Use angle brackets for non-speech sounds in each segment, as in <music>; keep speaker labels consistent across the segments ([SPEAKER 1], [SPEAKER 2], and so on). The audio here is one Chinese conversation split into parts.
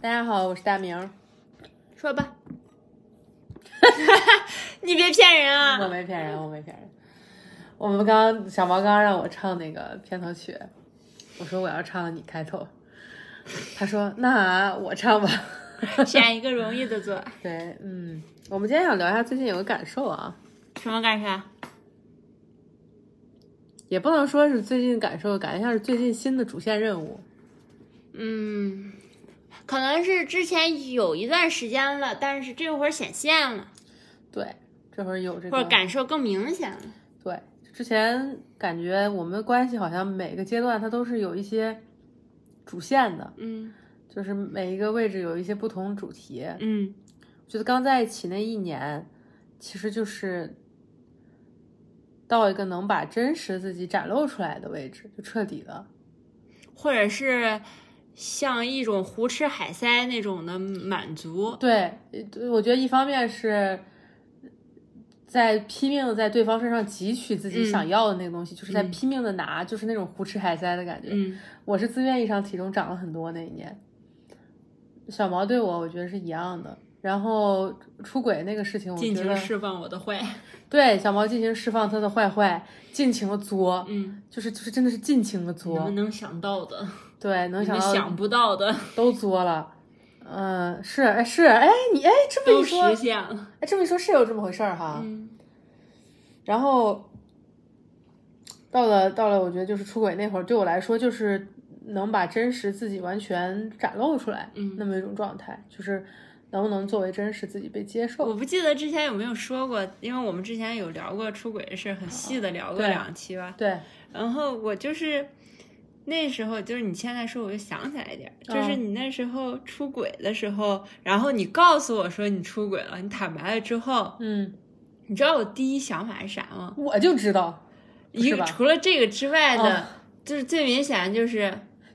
[SPEAKER 1] 大家好，我是大明。
[SPEAKER 2] 说吧， <laughs> 你别骗人
[SPEAKER 1] 我
[SPEAKER 2] 啊！
[SPEAKER 1] 没骗人，我没骗人。我们刚小毛刚刚让我唱那个片头曲，我说我要唱你开头，他说那我
[SPEAKER 2] <laughs>
[SPEAKER 1] 唱吧。
[SPEAKER 2] 选一个容易的做，
[SPEAKER 1] 对，嗯，我们今天想聊一下最近有个感受啊，
[SPEAKER 2] 什么感啊受？
[SPEAKER 1] 也不能说是最近感受，感觉像是最近新的主线任务。
[SPEAKER 2] 嗯，可能是之前有一段时间了，但是这会儿显现了，
[SPEAKER 1] 对，这会儿有这个
[SPEAKER 2] 或者感受更明显了。
[SPEAKER 1] 对，之前感觉我们的关系好像每个阶段它都是有一些主线的，
[SPEAKER 2] 嗯
[SPEAKER 1] 就是每一个位置有一些不同主题。
[SPEAKER 2] 嗯
[SPEAKER 1] 觉得刚在一起那一年，其实就是到一个能把真实自己展露出来的位置，就彻底了。
[SPEAKER 2] 或者是像一种胡吃海塞那种的满足。
[SPEAKER 1] 对，呃我觉得一方面是在拼命地在对方身上汲取自己
[SPEAKER 2] 嗯
[SPEAKER 1] 想要的那个东西，就是在
[SPEAKER 2] 嗯
[SPEAKER 1] 拼命的拿，就是那种胡吃海塞的感觉。
[SPEAKER 2] 嗯
[SPEAKER 1] 我是自愿意上体重长了很多那一年。小毛对我，我觉得是一样的。然后出轨那个事情，我
[SPEAKER 2] 尽
[SPEAKER 1] 觉
[SPEAKER 2] 情
[SPEAKER 1] 得
[SPEAKER 2] 释放我的坏。
[SPEAKER 1] 对小毛进行释放他的坏坏，尽情的作，
[SPEAKER 2] 嗯，
[SPEAKER 1] 就是就是真的是尽情的
[SPEAKER 2] 你
[SPEAKER 1] 作
[SPEAKER 2] 们，能想到的，嗯
[SPEAKER 1] 对，能
[SPEAKER 2] 你
[SPEAKER 1] 想
[SPEAKER 2] 们 <laughs>
[SPEAKER 1] 到
[SPEAKER 2] 想不到的
[SPEAKER 1] 都作了。嗯，是，哎是，哎，你哎这么
[SPEAKER 2] 都
[SPEAKER 1] 一
[SPEAKER 2] 实
[SPEAKER 1] 说，
[SPEAKER 2] 现了。
[SPEAKER 1] 哎这么一说是有这么回事儿哈。
[SPEAKER 2] <laughs> 嗯。
[SPEAKER 1] 然后到了到了，我觉得就是出轨那会儿，对我来说就是能把真实自己完全展露出来，
[SPEAKER 2] 嗯
[SPEAKER 1] 那么一种状态，就是能不能作为真实自己被接
[SPEAKER 2] 我
[SPEAKER 1] 受。
[SPEAKER 2] 不记得之前有没有说过，因为我们之前有聊过出轨的事，很细的聊过
[SPEAKER 1] 对
[SPEAKER 2] 两期吧。
[SPEAKER 1] 对，
[SPEAKER 2] 然后我就是那时候，就是你现在说，我就想起来一点儿，就是你那时候出轨的时候，然后你告诉我说你出轨了，你坦白了之后，
[SPEAKER 1] 嗯，
[SPEAKER 2] 你知道我第一想法是啥吗？
[SPEAKER 1] 我就知道，
[SPEAKER 2] 一
[SPEAKER 1] 吧
[SPEAKER 2] 个除了这个之外的，
[SPEAKER 1] 哦
[SPEAKER 2] 就是最明显的就是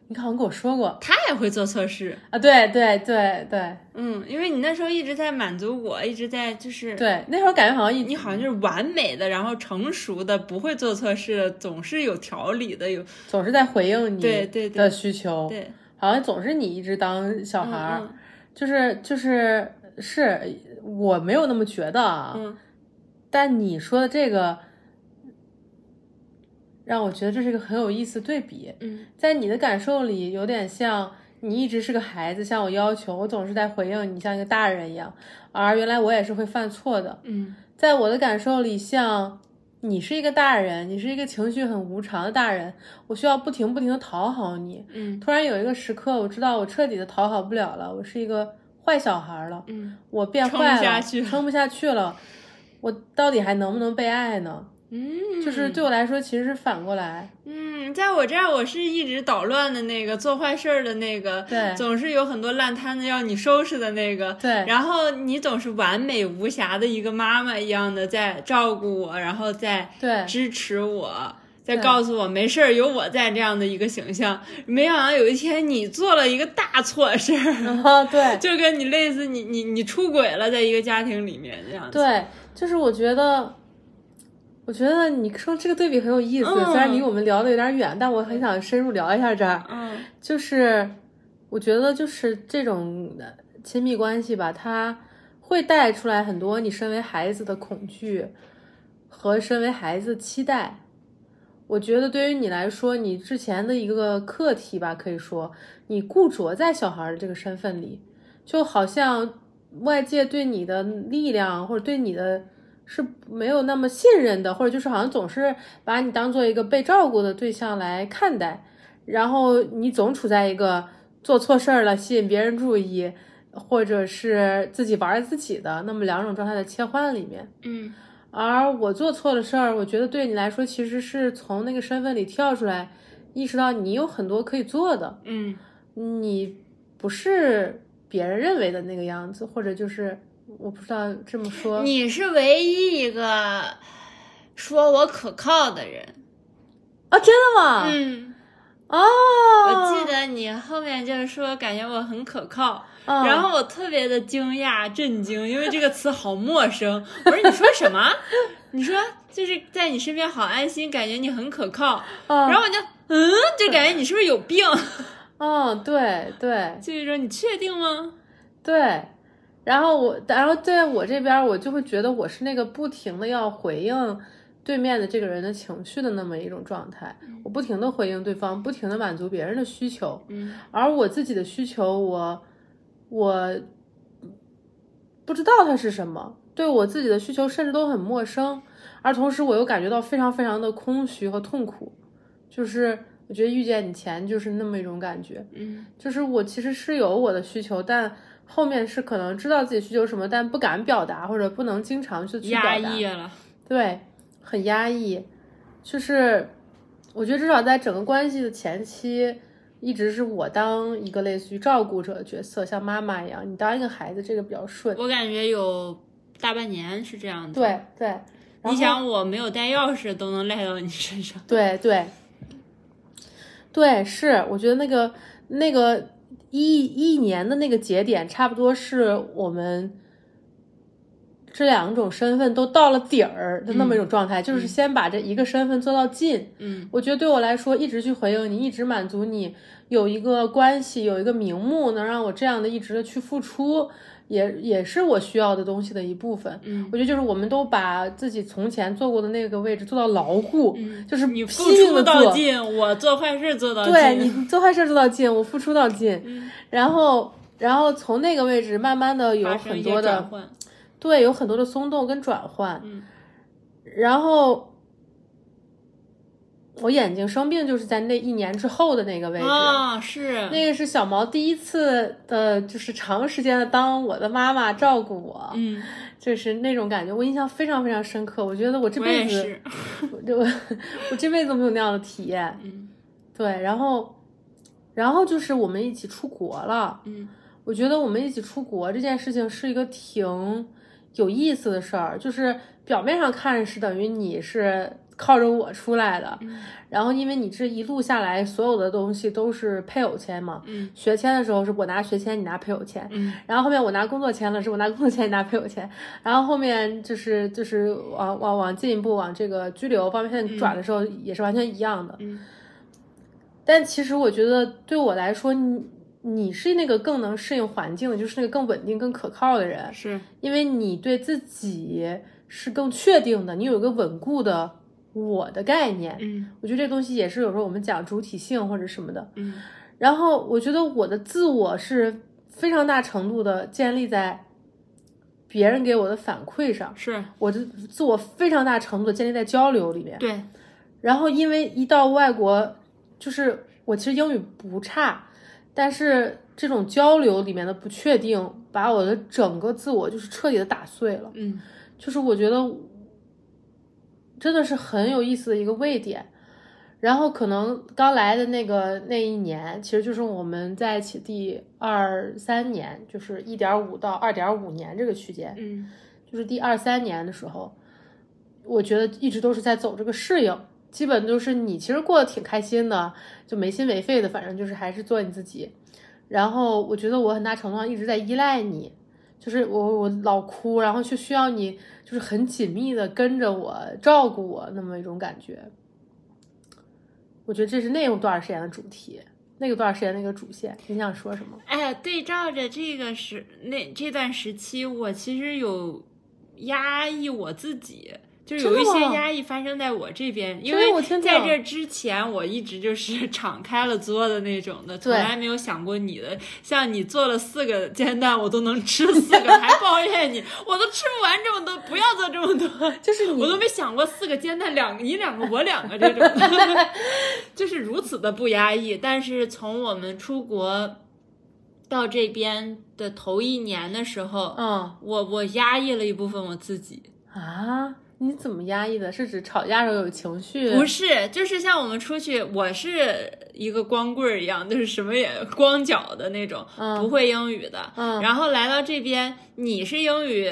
[SPEAKER 1] 你好像跟我说过
[SPEAKER 2] 他也会做错事。
[SPEAKER 1] 啊，对对对对
[SPEAKER 2] 嗯，因为你那时候一直在满足我，一直在就是
[SPEAKER 1] 对，那会儿感觉好像一
[SPEAKER 2] 你好像就是完美的，然后成熟的，不会做错事的，总是有条理的，有
[SPEAKER 1] 总是在回应你
[SPEAKER 2] 对对对
[SPEAKER 1] 的需求，
[SPEAKER 2] 对，
[SPEAKER 1] 好像总是你一直当小孩儿、
[SPEAKER 2] 嗯
[SPEAKER 1] 就是就是是我没有那么觉得啊，
[SPEAKER 2] 嗯
[SPEAKER 1] 但你说的这个，让我觉得这是一个很有意思的对比。
[SPEAKER 2] 嗯
[SPEAKER 1] 在你的感受里，有点像你一直是个孩子，向我要求，我总是在回应你，像一个大人一样。而原来我也是会犯错的。
[SPEAKER 2] 嗯
[SPEAKER 1] 在我的感受里，像你是一个大人，你是一个情绪很无常的大人，我需要不停不停的讨好你。
[SPEAKER 2] 嗯
[SPEAKER 1] 突然有一个时刻，我知道我彻底的讨好不了了，我是一个坏小孩了。
[SPEAKER 2] 嗯
[SPEAKER 1] 我变
[SPEAKER 2] 撑
[SPEAKER 1] 坏
[SPEAKER 2] 不下
[SPEAKER 1] 了
[SPEAKER 2] 去了
[SPEAKER 1] 撑不下去了，我到底还能不能被爱呢？
[SPEAKER 2] 嗯，
[SPEAKER 1] 就是对我来说，其实是反过来，
[SPEAKER 2] 嗯，在我这儿我是一直捣乱的那个，做坏事儿的那个，
[SPEAKER 1] 对
[SPEAKER 2] 总是有很多烂摊子要你收拾的那个，
[SPEAKER 1] 对
[SPEAKER 2] 然后你总是完美无瑕的一个妈妈一样的在照顾我，然后在
[SPEAKER 1] 对 <laughs>
[SPEAKER 2] 支持我，在
[SPEAKER 1] 对
[SPEAKER 2] 告诉我没事儿，有我在这样的一个形象。没想到有一天你做了一个大错事儿，
[SPEAKER 1] 啊，对
[SPEAKER 2] 就跟你类似你，你你出轨了，在一个家庭里面这样子。
[SPEAKER 1] 对，就是我觉得，我觉得你说这个对比很有意思，
[SPEAKER 2] 嗯
[SPEAKER 1] 虽然离我们聊的有点远，但我很想深入聊一下这儿。
[SPEAKER 2] 嗯
[SPEAKER 1] 就是我觉得，就是这种呃亲密关系吧，它会带出来很多你身为孩子的恐惧和身为孩子的期待。我觉得对于你来说，你之前的一个课题吧，可以说你固着在小孩儿的这个身份里，就好像外界对你的力量或者对你的是没有那么信任的，或者就是好像总是把你当做一个被照顾的对象来看待，然后你总处在一个做错事儿了吸引别人注意，或者是自己玩儿自己的那么两种状态的切换里面。
[SPEAKER 2] 嗯
[SPEAKER 1] 而我做错的事儿，我觉得对你来说其实是从那个身份里跳出来，意识到你有很多可以做的，
[SPEAKER 2] 嗯
[SPEAKER 1] 你不是别人认为的那个样子，或者就是我不知道这么说，
[SPEAKER 2] 你是唯一一个说我可靠的人。
[SPEAKER 1] 啊，真的吗？
[SPEAKER 2] 嗯，
[SPEAKER 1] 哦，
[SPEAKER 2] 我记得你后面就是说，感觉我很可靠。
[SPEAKER 1] 嗯
[SPEAKER 2] 然后我特别的惊讶、震惊，因为这个词好陌生。 <laughs> 我说你说什么？你说就是在你身边好安心，感觉你很可靠。
[SPEAKER 1] 嗯
[SPEAKER 2] 然后我就嗯，就感觉你是不是有病？
[SPEAKER 1] 嗯，对对
[SPEAKER 2] <laughs> 就是说你确定吗？
[SPEAKER 1] 对。然后我，然后在我这边，我就会觉得我是那个不停的要回应对面的这个人的情绪的那么一种状态，我不停的回应对方，不停的满足别人的需求，
[SPEAKER 2] 嗯
[SPEAKER 1] 而我自己的需求我，我不知道它是什么，对我自己的需求甚至都很陌生，而同时我又感觉到非常非常的空虚和痛苦，就是我觉得遇见你前就是那么一种感觉，
[SPEAKER 2] 嗯
[SPEAKER 1] 就是我其实是有我的需求，但后面是可能知道自己需求什么，但不敢表达或者不能经常去去表
[SPEAKER 2] 压
[SPEAKER 1] 达，
[SPEAKER 2] 抑了，
[SPEAKER 1] 对，很压抑。就是我觉得至少在整个关系的前期，一直是我当一个类似于照顾者的角色，像妈妈一样，你当一个孩子这个比较顺。
[SPEAKER 2] 我感觉有大半年是这样的。
[SPEAKER 1] 对，对，然
[SPEAKER 2] 你
[SPEAKER 1] 后
[SPEAKER 2] 想我没有带钥匙都能赖到你身上，
[SPEAKER 1] 对对对，是，我觉得那个那个一一年的那个节点，差不多是我们这两种身份都到了底儿的那么一种状态，就是先把这一个身份做到尽。
[SPEAKER 2] 嗯
[SPEAKER 1] 我觉得对我来说，一直去回应你，一直满足你，有一个关系，有一个名目，能让我这样的一直的去付出，也也是我需要的东西的一部分。
[SPEAKER 2] 嗯
[SPEAKER 1] 我觉得就是我们都把自己从前做过的那个位置做到牢固，
[SPEAKER 2] 嗯，
[SPEAKER 1] 就是
[SPEAKER 2] 你
[SPEAKER 1] 拼
[SPEAKER 2] 付
[SPEAKER 1] 命
[SPEAKER 2] 出
[SPEAKER 1] 的
[SPEAKER 2] 到
[SPEAKER 1] 做，
[SPEAKER 2] 尽，我做坏事做到尽，
[SPEAKER 1] 对你做坏事做到尽，我付出到尽，
[SPEAKER 2] 嗯
[SPEAKER 1] 然后然后从那个位置慢慢的有
[SPEAKER 2] 发生
[SPEAKER 1] 很
[SPEAKER 2] 一
[SPEAKER 1] 多
[SPEAKER 2] 些转
[SPEAKER 1] 的
[SPEAKER 2] 换，
[SPEAKER 1] 对，有很多的松动跟转换，
[SPEAKER 2] 嗯
[SPEAKER 1] 然后。我眼睛生病就是在那一年之后的那个位置，
[SPEAKER 2] 啊是
[SPEAKER 1] 那个是小毛第一次的，就是长时间的当我的妈妈照顾我，
[SPEAKER 2] 嗯，
[SPEAKER 1] 就是那种感觉，我印象非常非常深刻。我觉得我这
[SPEAKER 2] 我也
[SPEAKER 1] 辈子，
[SPEAKER 2] 是，
[SPEAKER 1] 我这我这辈子都没有那样的体验。
[SPEAKER 2] 嗯
[SPEAKER 1] 对，然后，然后就是我们一起出国了。
[SPEAKER 2] 嗯
[SPEAKER 1] 我觉得我们一起出国这件事情是一个挺有意思的事儿，就是表面上看是等于你是靠着我出来的，
[SPEAKER 2] 嗯
[SPEAKER 1] 然后因为你这一路下来所有的东西都是配偶签嘛，
[SPEAKER 2] 嗯
[SPEAKER 1] 学签的时候是我拿学签，你拿配偶签。
[SPEAKER 2] 嗯
[SPEAKER 1] 然后后面我拿工作签了，是我拿工作签，你拿配偶签。然后后面就是就是往往往进一步往这个居留方面转的时候，也是完全一样的。
[SPEAKER 2] 嗯
[SPEAKER 1] 但其实我觉得对我来说，你你是那个更能适应环境的，就是那个更稳定、更可靠的人，
[SPEAKER 2] 是
[SPEAKER 1] 因为你对自己是更确定的，你有一个稳固的我的概念。
[SPEAKER 2] 嗯
[SPEAKER 1] 我觉得这东西也是有时候我们讲主体性或者什么的。
[SPEAKER 2] 嗯
[SPEAKER 1] 然后我觉得我的自我是非常大程度的建立在别人给我的反馈上，
[SPEAKER 2] 是
[SPEAKER 1] 我的自我非常大程度的建立在交流里面。
[SPEAKER 2] 对
[SPEAKER 1] 然后因为一到外国，就是我其实英语不差，但是这种交流里面的不确定，把我的整个自我就是彻底的打碎了。
[SPEAKER 2] 嗯
[SPEAKER 1] 就是我觉得真的是很有意思的一个位点。然后可能刚来的那个那一年，其实就是我们在一起第二三年，就是一点五到二点五年这个区间，
[SPEAKER 2] 嗯
[SPEAKER 1] 就是第二三年的时候，我觉得一直都是在走这个适应，基本就是你其实过得挺开心的，就没心没肺的，反正就是还是做你自己。然后我觉得我很大程度上一直在依赖你，就是我我老哭，然后却需要你就是很紧密的跟着我照顾我那么一种感觉。我觉得这是那段时间的主题，那个段时间那个主线，你想说什么？
[SPEAKER 2] 哎呀，对照着这个时那这段时期，我其实有压抑我自己，就是有一
[SPEAKER 1] 真
[SPEAKER 2] 些
[SPEAKER 1] 的吗
[SPEAKER 2] 压抑发生在我这边，因
[SPEAKER 1] 真的
[SPEAKER 2] 为
[SPEAKER 1] 我听
[SPEAKER 2] 在
[SPEAKER 1] 听
[SPEAKER 2] 这之前我一直就是敞开了做的那种的，从
[SPEAKER 1] 对
[SPEAKER 2] 来没有想过你的。像你做了四个煎蛋，我都能吃四个，还抱怨你，我都吃不完这么多，不要做这么多。
[SPEAKER 1] 就是你
[SPEAKER 2] 我都没想过四个煎蛋两个你两个我两个这种， <laughs> 就是如此的不压抑。但是从我们出国到这边的头一年的时候，
[SPEAKER 1] 嗯
[SPEAKER 2] 我我压抑了一部分我自己，
[SPEAKER 1] 啊，你怎么压抑的？是指吵架时候有情绪？
[SPEAKER 2] 不是，就是像我们出去，我是一个光棍儿一样，就是什么也光脚的那种，
[SPEAKER 1] 嗯
[SPEAKER 2] 不会英语的。
[SPEAKER 1] 嗯
[SPEAKER 2] 然后来到这边，你是英语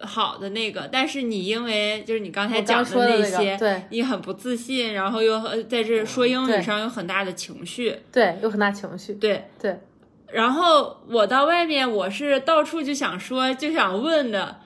[SPEAKER 2] 好的那个，但是你因为就是你刚才
[SPEAKER 1] 我刚
[SPEAKER 2] 讲
[SPEAKER 1] 说的
[SPEAKER 2] 那
[SPEAKER 1] 那个
[SPEAKER 2] 些，
[SPEAKER 1] 对嗯
[SPEAKER 2] 你很不自信，然后又很在这说英语
[SPEAKER 1] 对
[SPEAKER 2] 上有很大的情绪，
[SPEAKER 1] 对，有很大情绪。
[SPEAKER 2] 对。
[SPEAKER 1] 对，
[SPEAKER 2] 然后我到外面，我是到处就想说，就想问的，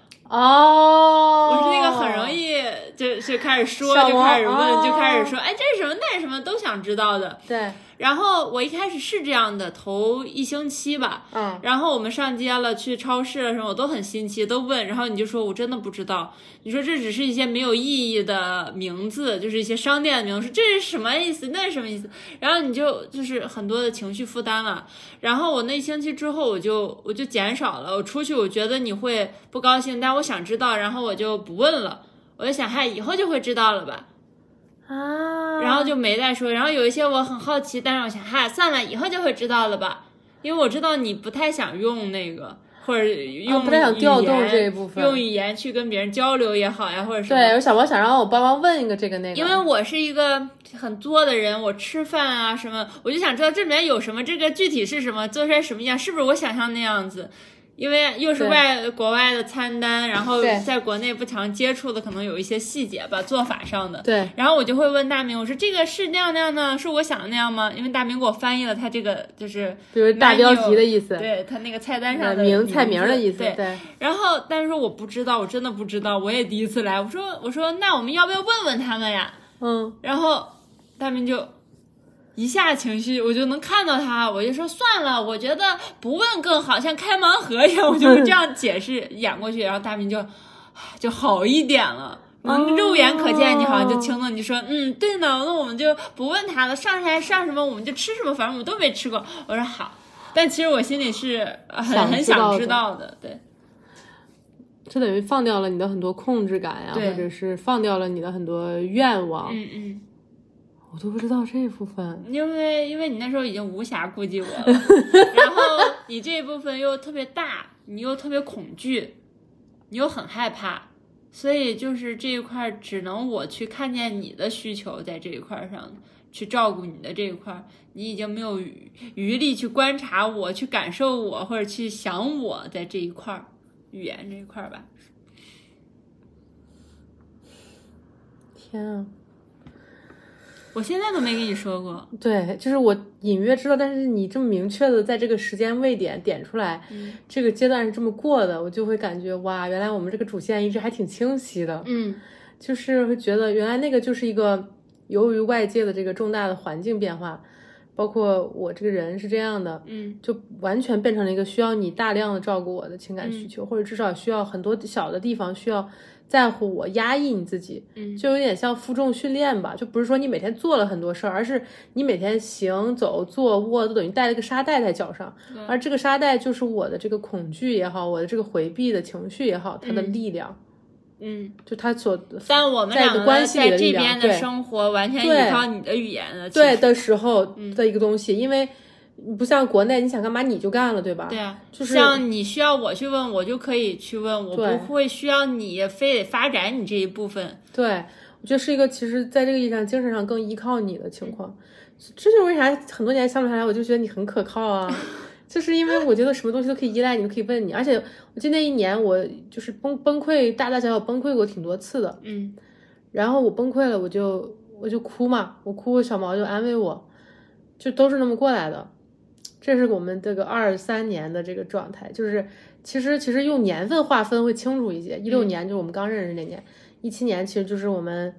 [SPEAKER 1] 哦，
[SPEAKER 2] 我是那个很容易就就开始说，
[SPEAKER 1] 小
[SPEAKER 2] 就
[SPEAKER 1] 王
[SPEAKER 2] 开始问，
[SPEAKER 1] 哦
[SPEAKER 2] 就开始说，哎，这是什么，那是什么，都想知道的。
[SPEAKER 1] 对，
[SPEAKER 2] 然后我一开始是这样的，头一星期吧，
[SPEAKER 1] 嗯，
[SPEAKER 2] 然后我们上街了，去超市啊了什么，我都很新奇，都问，然后你就说我真的不知道，你说这只是一些没有意义的名字，就是一些商店的名字，这是什么意思？那是什么意思？然后你就就是很多的情绪负担了。然后我那一星期之后，我就我就减少了，我出去我觉得你会不高兴，但我想知道，然后我就不问了，我就想嗨，以后就会知道了吧。
[SPEAKER 1] 啊，
[SPEAKER 2] 然后就没再说。然后有一些我很好奇，但是我想，哈，算了，以后就会知道了吧，因为我知道你不太想用那个，或者用、
[SPEAKER 1] 啊不太想调动这一
[SPEAKER 2] 一
[SPEAKER 1] 部分
[SPEAKER 2] 用语言去跟别人交流也好呀，或者什么。
[SPEAKER 1] 对，我想我想让我帮忙问一个这个那个，
[SPEAKER 2] 因为我是一个很作的人，我吃饭啊什么，我就想知道这里面有什么，这个具体是什么，做出来什么样，是不是我想象那样子？因为又是
[SPEAKER 1] 对
[SPEAKER 2] 外国外的餐单，然后
[SPEAKER 1] 对
[SPEAKER 2] 在国内不常接触的，可能有一些细节吧，做法上的。
[SPEAKER 1] 对
[SPEAKER 2] 然后我就会问大明，我说这个是那样那样呢？是我想的那样吗？因为大明给我翻译了他这个就是
[SPEAKER 1] 比如大
[SPEAKER 2] menu，
[SPEAKER 1] 标题的意思，
[SPEAKER 2] 对他那个菜单
[SPEAKER 1] 呃，
[SPEAKER 2] 上的
[SPEAKER 1] 名
[SPEAKER 2] 字
[SPEAKER 1] 菜名儿的意思，
[SPEAKER 2] 对，
[SPEAKER 1] 对，
[SPEAKER 2] 然后但是我不知道，我真的不知道，我也第一次来。我说我说那我们要不要问问他们呀？
[SPEAKER 1] 嗯，
[SPEAKER 2] 然后大明就一下情绪，我就能看到他，我就说算了，我觉得不问更好，像开盲盒一样，我就会这样解释演过去，然后大明就 <sighs> 就好一点了。
[SPEAKER 1] 哦
[SPEAKER 2] 嗯，肉眼可见，你好像就轻了。你说，嗯，对呢，那我们就不问他了，上来上什么我们就吃什么，反正我们都没吃过。我说好，但其实我心里是呃很
[SPEAKER 1] 想
[SPEAKER 2] 很
[SPEAKER 1] 知道
[SPEAKER 2] 想
[SPEAKER 1] 的
[SPEAKER 2] 知道的，对。
[SPEAKER 1] 这等于放掉了你的很多控制感呀、
[SPEAKER 2] 对
[SPEAKER 1] 或者是放掉了你的很多愿望，
[SPEAKER 2] 嗯嗯，
[SPEAKER 1] 我都不知道这部分，
[SPEAKER 2] 因为因为你那时候已经无暇顾及我
[SPEAKER 1] <laughs>
[SPEAKER 2] 了，然后你这一部分又特别大，你又特别恐惧，你又很害怕，所以就是这一块儿只能我去看见你的需求在这一块儿上。去照顾你的这一块儿，你已经没有余余力去观察我、去感受我或者去想我在这一块儿语言这一块儿吧。
[SPEAKER 1] 天啊！
[SPEAKER 2] 我现在都没跟你说过，
[SPEAKER 1] 对，就是我隐约知道，但是你这么明确的在这个时间位点点出来，这个阶段是这么过的，我就会感觉哇，原来我们这个主线一直还挺清晰的，
[SPEAKER 2] 嗯
[SPEAKER 1] 就是会觉得原来那个就是一个由于外界的这个重大的环境变化，包括我这个人是这样的，
[SPEAKER 2] 嗯
[SPEAKER 1] 就完全变成了一个需要你大量的照顾我的情感需
[SPEAKER 2] 嗯
[SPEAKER 1] 求，或者至少需要很多小的地方需要在乎我、压抑你自己，
[SPEAKER 2] 嗯
[SPEAKER 1] 就有点像负重训练吧。就不是说你每天做了很多事儿，而是你每天行走、坐、卧都等于带了个沙袋在脚上，
[SPEAKER 2] 嗯
[SPEAKER 1] 而这个沙袋就是我的这个恐惧也好，我的这个回避的情绪也好，它的力量，
[SPEAKER 2] 嗯。
[SPEAKER 1] 就它所
[SPEAKER 2] 但我们
[SPEAKER 1] 在
[SPEAKER 2] 两
[SPEAKER 1] 的
[SPEAKER 2] 个
[SPEAKER 1] 关系里
[SPEAKER 2] 在
[SPEAKER 1] 的力
[SPEAKER 2] 这
[SPEAKER 1] 量
[SPEAKER 2] 边的
[SPEAKER 1] 对
[SPEAKER 2] 生活完全
[SPEAKER 1] 对
[SPEAKER 2] 依靠你的语言了。
[SPEAKER 1] 对
[SPEAKER 2] 其实
[SPEAKER 1] 的时候
[SPEAKER 2] 嗯
[SPEAKER 1] 的一个东西，因为你不像国内，你想干嘛你就干了，对吧？
[SPEAKER 2] 对啊，
[SPEAKER 1] 就是
[SPEAKER 2] 像你需要我去问，我就可以去问，我
[SPEAKER 1] 对
[SPEAKER 2] 不会需要你非得发展你这一部分。
[SPEAKER 1] 对，我觉得是一个其实在这个意义上精神上更依靠你的情况，这就是为啥很多年相处下来，我就觉得你很可靠啊，就是因为我觉得什么东西都可以依赖你，都可以问你，而且我记得那一年我就是崩崩溃，大大小小崩溃过挺多次的，
[SPEAKER 2] 嗯
[SPEAKER 1] 然后我崩溃了，我就我就哭嘛，我哭，小毛就安慰我，就都是那么过来的。这是我们这个二三年的这个状态，就是其实其实用年份划分会清楚一些。一六年就是我们刚认识那年，一七年其实就是我们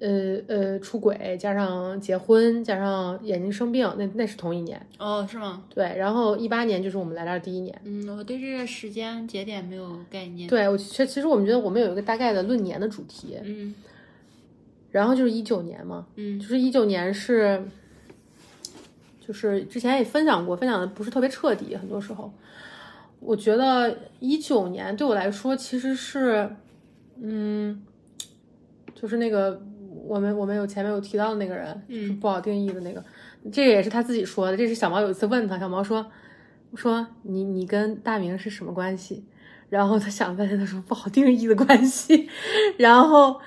[SPEAKER 1] 呃呃出轨，加上结婚，加上眼睛生病，那那是同一年。
[SPEAKER 2] 哦，是吗？
[SPEAKER 1] 对，然后一八年就是我们来这儿第一年。
[SPEAKER 2] 嗯，我对这个时间节点没有概念。，
[SPEAKER 1] 对我其实其实我们觉得我们有一个大概的论年的主题，
[SPEAKER 2] 嗯
[SPEAKER 1] 然后就是一九年嘛，就
[SPEAKER 2] 嗯
[SPEAKER 1] 是一九年是，就是之前也分享过，分享的不是特别彻底，很多时候，我觉得一九年对我来说其实是，嗯，就是那个我们我们有前面有提到的那个人，就是
[SPEAKER 2] 嗯
[SPEAKER 1] 不好定义的那个，这个也是他自己说的，这是小毛有一次问他，小毛说说你你跟大明是什么关系？然后他想了半天，他说不好定义的关系， <laughs> 然后。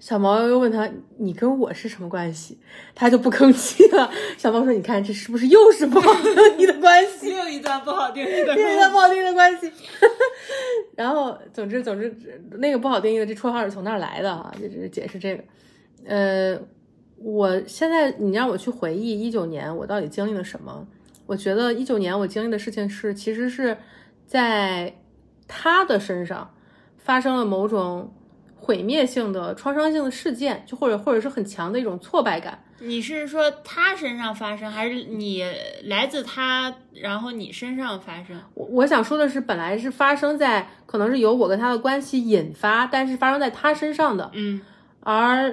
[SPEAKER 1] 小毛又问他：“你跟我是什么关系？”他就不吭气了。小毛说：“你看，这是不是又是不好定义的关系？”
[SPEAKER 2] 只有一段不好定义的
[SPEAKER 1] 对他不好定义的关系。 <laughs> 然后，总之，总之，那个不好定义的这绰号是从那儿来的啊，就只是解释这个。呃，我现在你让我去回忆一九年我到底经历了什么，我觉得一九年我经历的事情是，其实是在他的身上发生了某种毁灭性的、创伤性的事件，就或者或者是很强的一种挫败感。
[SPEAKER 2] 你是说他身上发生，还是你来自他，然后你身上发生？
[SPEAKER 1] 我我想说的是，本来是发生在可能是由我跟他的关系引发，但是发生在他身上的，
[SPEAKER 2] 嗯
[SPEAKER 1] 而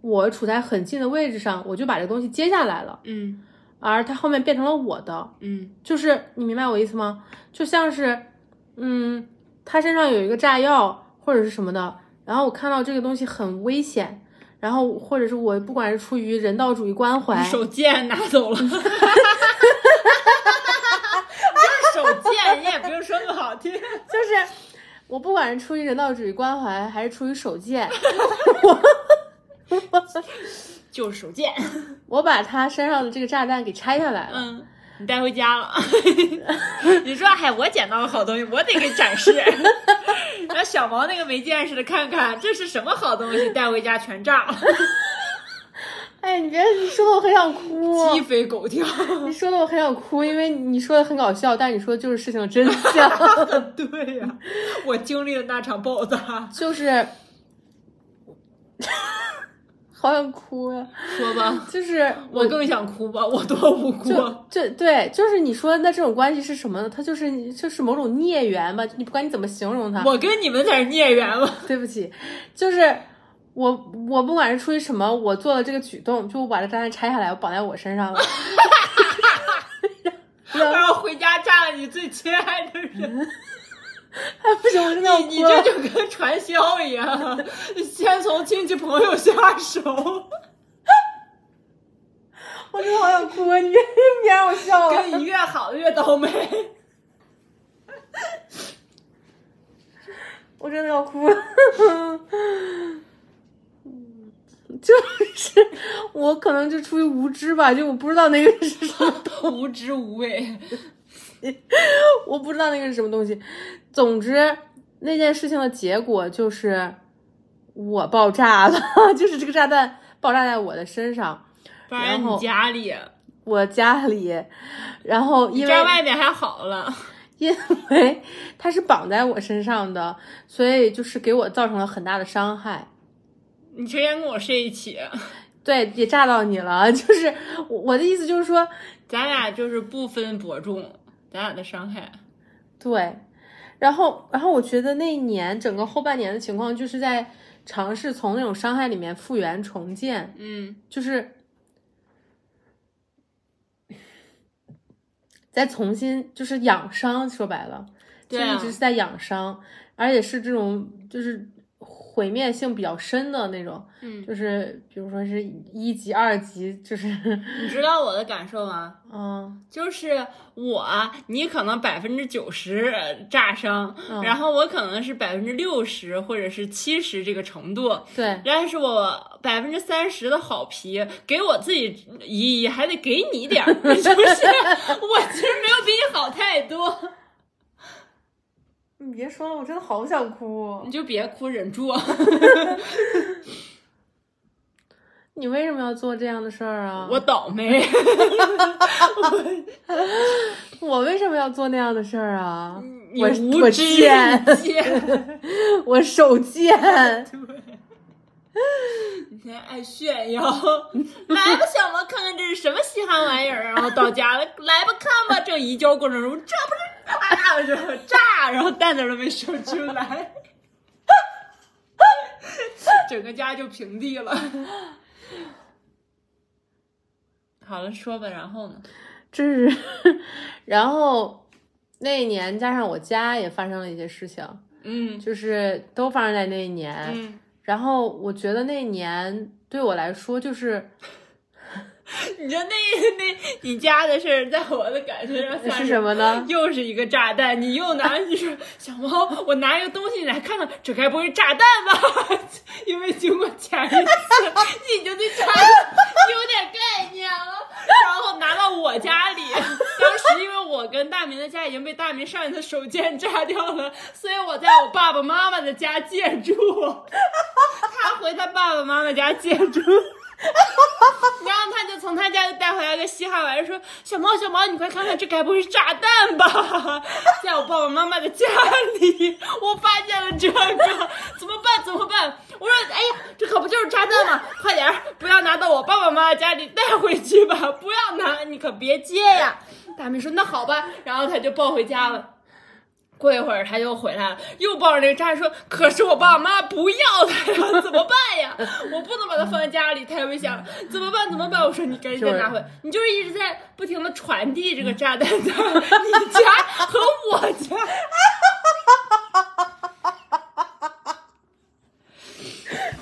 [SPEAKER 1] 我处在很近的位置上，我就把这东西接下来了，
[SPEAKER 2] 嗯
[SPEAKER 1] 而他后面变成了我的，
[SPEAKER 2] 嗯
[SPEAKER 1] 就是你明白我意思吗？就像是，嗯，他身上有一个炸药或者是什么的，然后我看到这个东西很危险，然后或者是我不管是出于人道主义关怀，
[SPEAKER 2] 手贱拿走 <laughs> 了。不是手贱，你也不用说那么好 <laughs> 听。
[SPEAKER 1] 就是我不管是出于人道主义关怀还是出于手贱，
[SPEAKER 2] 就是手贱。
[SPEAKER 1] 我把他身上的这个炸弹给拆下来了。
[SPEAKER 2] 嗯，你带回家了。 <laughs> 你说，嗨，我捡到了好东西，我得给展示。 <laughs> 让小毛那个没见识的看看，这是什么好东西，带回家全炸了，
[SPEAKER 1] 哎，你别你说的我很想
[SPEAKER 2] <laughs>
[SPEAKER 1] 哭，
[SPEAKER 2] 鸡飞狗跳。
[SPEAKER 1] 你说的我很想哭，因为你说的很搞笑，但你说的就是事情的真
[SPEAKER 2] <laughs>
[SPEAKER 1] 相。
[SPEAKER 2] 对呀、我经历了那场爆炸。
[SPEAKER 1] 就是好想哭呀、
[SPEAKER 2] 说吧，
[SPEAKER 1] 就是
[SPEAKER 2] 我更想哭吧，我多无辜啊。
[SPEAKER 1] 就这对，就是你说那这种关系是什么呢？它就是就是某种孽缘吧，你不管你怎么形容它。
[SPEAKER 2] 我跟你们才是孽缘吧。
[SPEAKER 1] 对不起，就是我我不管是出于什么，我做了这个举动，就我把这炸弹拆下来，我绑在我身上了。 <laughs>
[SPEAKER 2] 然后回家炸了你最亲爱的人，
[SPEAKER 1] 哎，不行，我真的要哭了。
[SPEAKER 2] 你这就跟传销一样，先从亲戚朋友下手。
[SPEAKER 1] 我真的好想哭，你你让我笑了。
[SPEAKER 2] 跟你越好越倒霉。
[SPEAKER 1] 我真的要哭 <laughs> 了。就是我可能就出于无知吧，就我不知道那个是什么，
[SPEAKER 2] <laughs> 无知无畏，
[SPEAKER 1] 我不知道那个是什么东西。总之，那件事情的结果就是我爆炸了， <laughs> 就是这个炸弹爆炸在我的身上，
[SPEAKER 2] 不然
[SPEAKER 1] 然
[SPEAKER 2] 你
[SPEAKER 1] 后
[SPEAKER 2] 家里，
[SPEAKER 1] 我家里，然后因为
[SPEAKER 2] 家外面还好了，
[SPEAKER 1] 因为它是绑在我身上的，所以就是给我造成了很大的伤害。
[SPEAKER 2] 你成天跟我睡一起，
[SPEAKER 1] 对，也炸到你了。 <laughs> 就是我我的意思就是说，
[SPEAKER 2] 咱俩就是不分伯仲，咱俩的伤害。
[SPEAKER 1] 对，然后然后我觉得那一年整个后半年的情况就是在尝试从那种伤害里面复原重建，
[SPEAKER 2] 嗯
[SPEAKER 1] 就是再重新就是养伤，说白了，就
[SPEAKER 2] 对啊
[SPEAKER 1] 一直是在养伤，而且是这种就是毁灭性比较深的那种，
[SPEAKER 2] 嗯，
[SPEAKER 1] 就是比如说是一级、二级，就是 <laughs>
[SPEAKER 2] 你知道我的感受吗？
[SPEAKER 1] 嗯
[SPEAKER 2] 就是我，你可能百分之九十炸伤，
[SPEAKER 1] 嗯
[SPEAKER 2] 然后我可能是百分之六十或者是七十这个程度，
[SPEAKER 1] 对。
[SPEAKER 2] 但是我百分之三十的好皮给我自己一，还得给你点儿， <laughs> 就是我其实没有比你好太多，
[SPEAKER 1] 你别说了，我真的好想哭哦
[SPEAKER 2] 你。就别哭，忍住。啊
[SPEAKER 1] 你为什么要做这样的事儿啊？
[SPEAKER 2] 我倒
[SPEAKER 1] <laughs>
[SPEAKER 2] 霉，
[SPEAKER 1] 我为什么要做那样的事儿啊？
[SPEAKER 2] 你
[SPEAKER 1] 我
[SPEAKER 2] 无
[SPEAKER 1] 我
[SPEAKER 2] 知
[SPEAKER 1] 贱，
[SPEAKER 2] 贱，
[SPEAKER 1] <laughs> 我手贱。
[SPEAKER 2] 你还爱炫耀。 <laughs> 来吧，小毛，看看这是什么稀罕玩意儿。然后到家了，来吧，看吧，这移交过程中，这不是炸了就炸，然后蛋蛋都没生出来，整个家就平地了。 <laughs> 好了，说吧，然后呢？
[SPEAKER 1] 这是， <laughs> 然后那一年加上我家也发生了一些事情，
[SPEAKER 2] 嗯
[SPEAKER 1] 就是都发生在那一年。
[SPEAKER 2] 嗯，
[SPEAKER 1] 然后我觉得那一年对我来说就是
[SPEAKER 2] 你就那 <laughs> 那你家的事儿，在我的感觉上算
[SPEAKER 1] 是什么呢？
[SPEAKER 2] 又是一个炸弹，你又拿，你说 <laughs> 小猫，我拿一个东西你来看看，这该不会是炸弹吧？ <laughs> 因为经过前一次， <laughs> 你就对炸弹有点概念了，然后拿到我家里。当时因为我跟大明的家已经被大明上一次手贱炸掉了，所以我在我爸爸妈妈的家借住， <laughs> 他回他爸爸妈妈家借住。然后他就从他家带回来来个嘻哈玩意儿说：“小毛，小毛，你快看看，这该不会是炸弹吧？”在我爸爸妈妈的家里，我发现了这个，怎么办？怎么办？我说：“哎呀，这可不就是炸弹吗？快点儿，不要拿到我爸爸妈妈家里带回去吧，不要拿，你可别接呀。”大妹说：“那好吧。”然后他就抱回家了。过一会儿他又回来了，又抱着那个炸弹说：“可是我爸妈不要它呀， <laughs> 怎么办呀？我不能把它放在家里，太危险了，怎么办？怎么办？”我说：“你赶紧再拿回来。”你就是一直在不停的传递这个炸弹在你家和我家。 <laughs>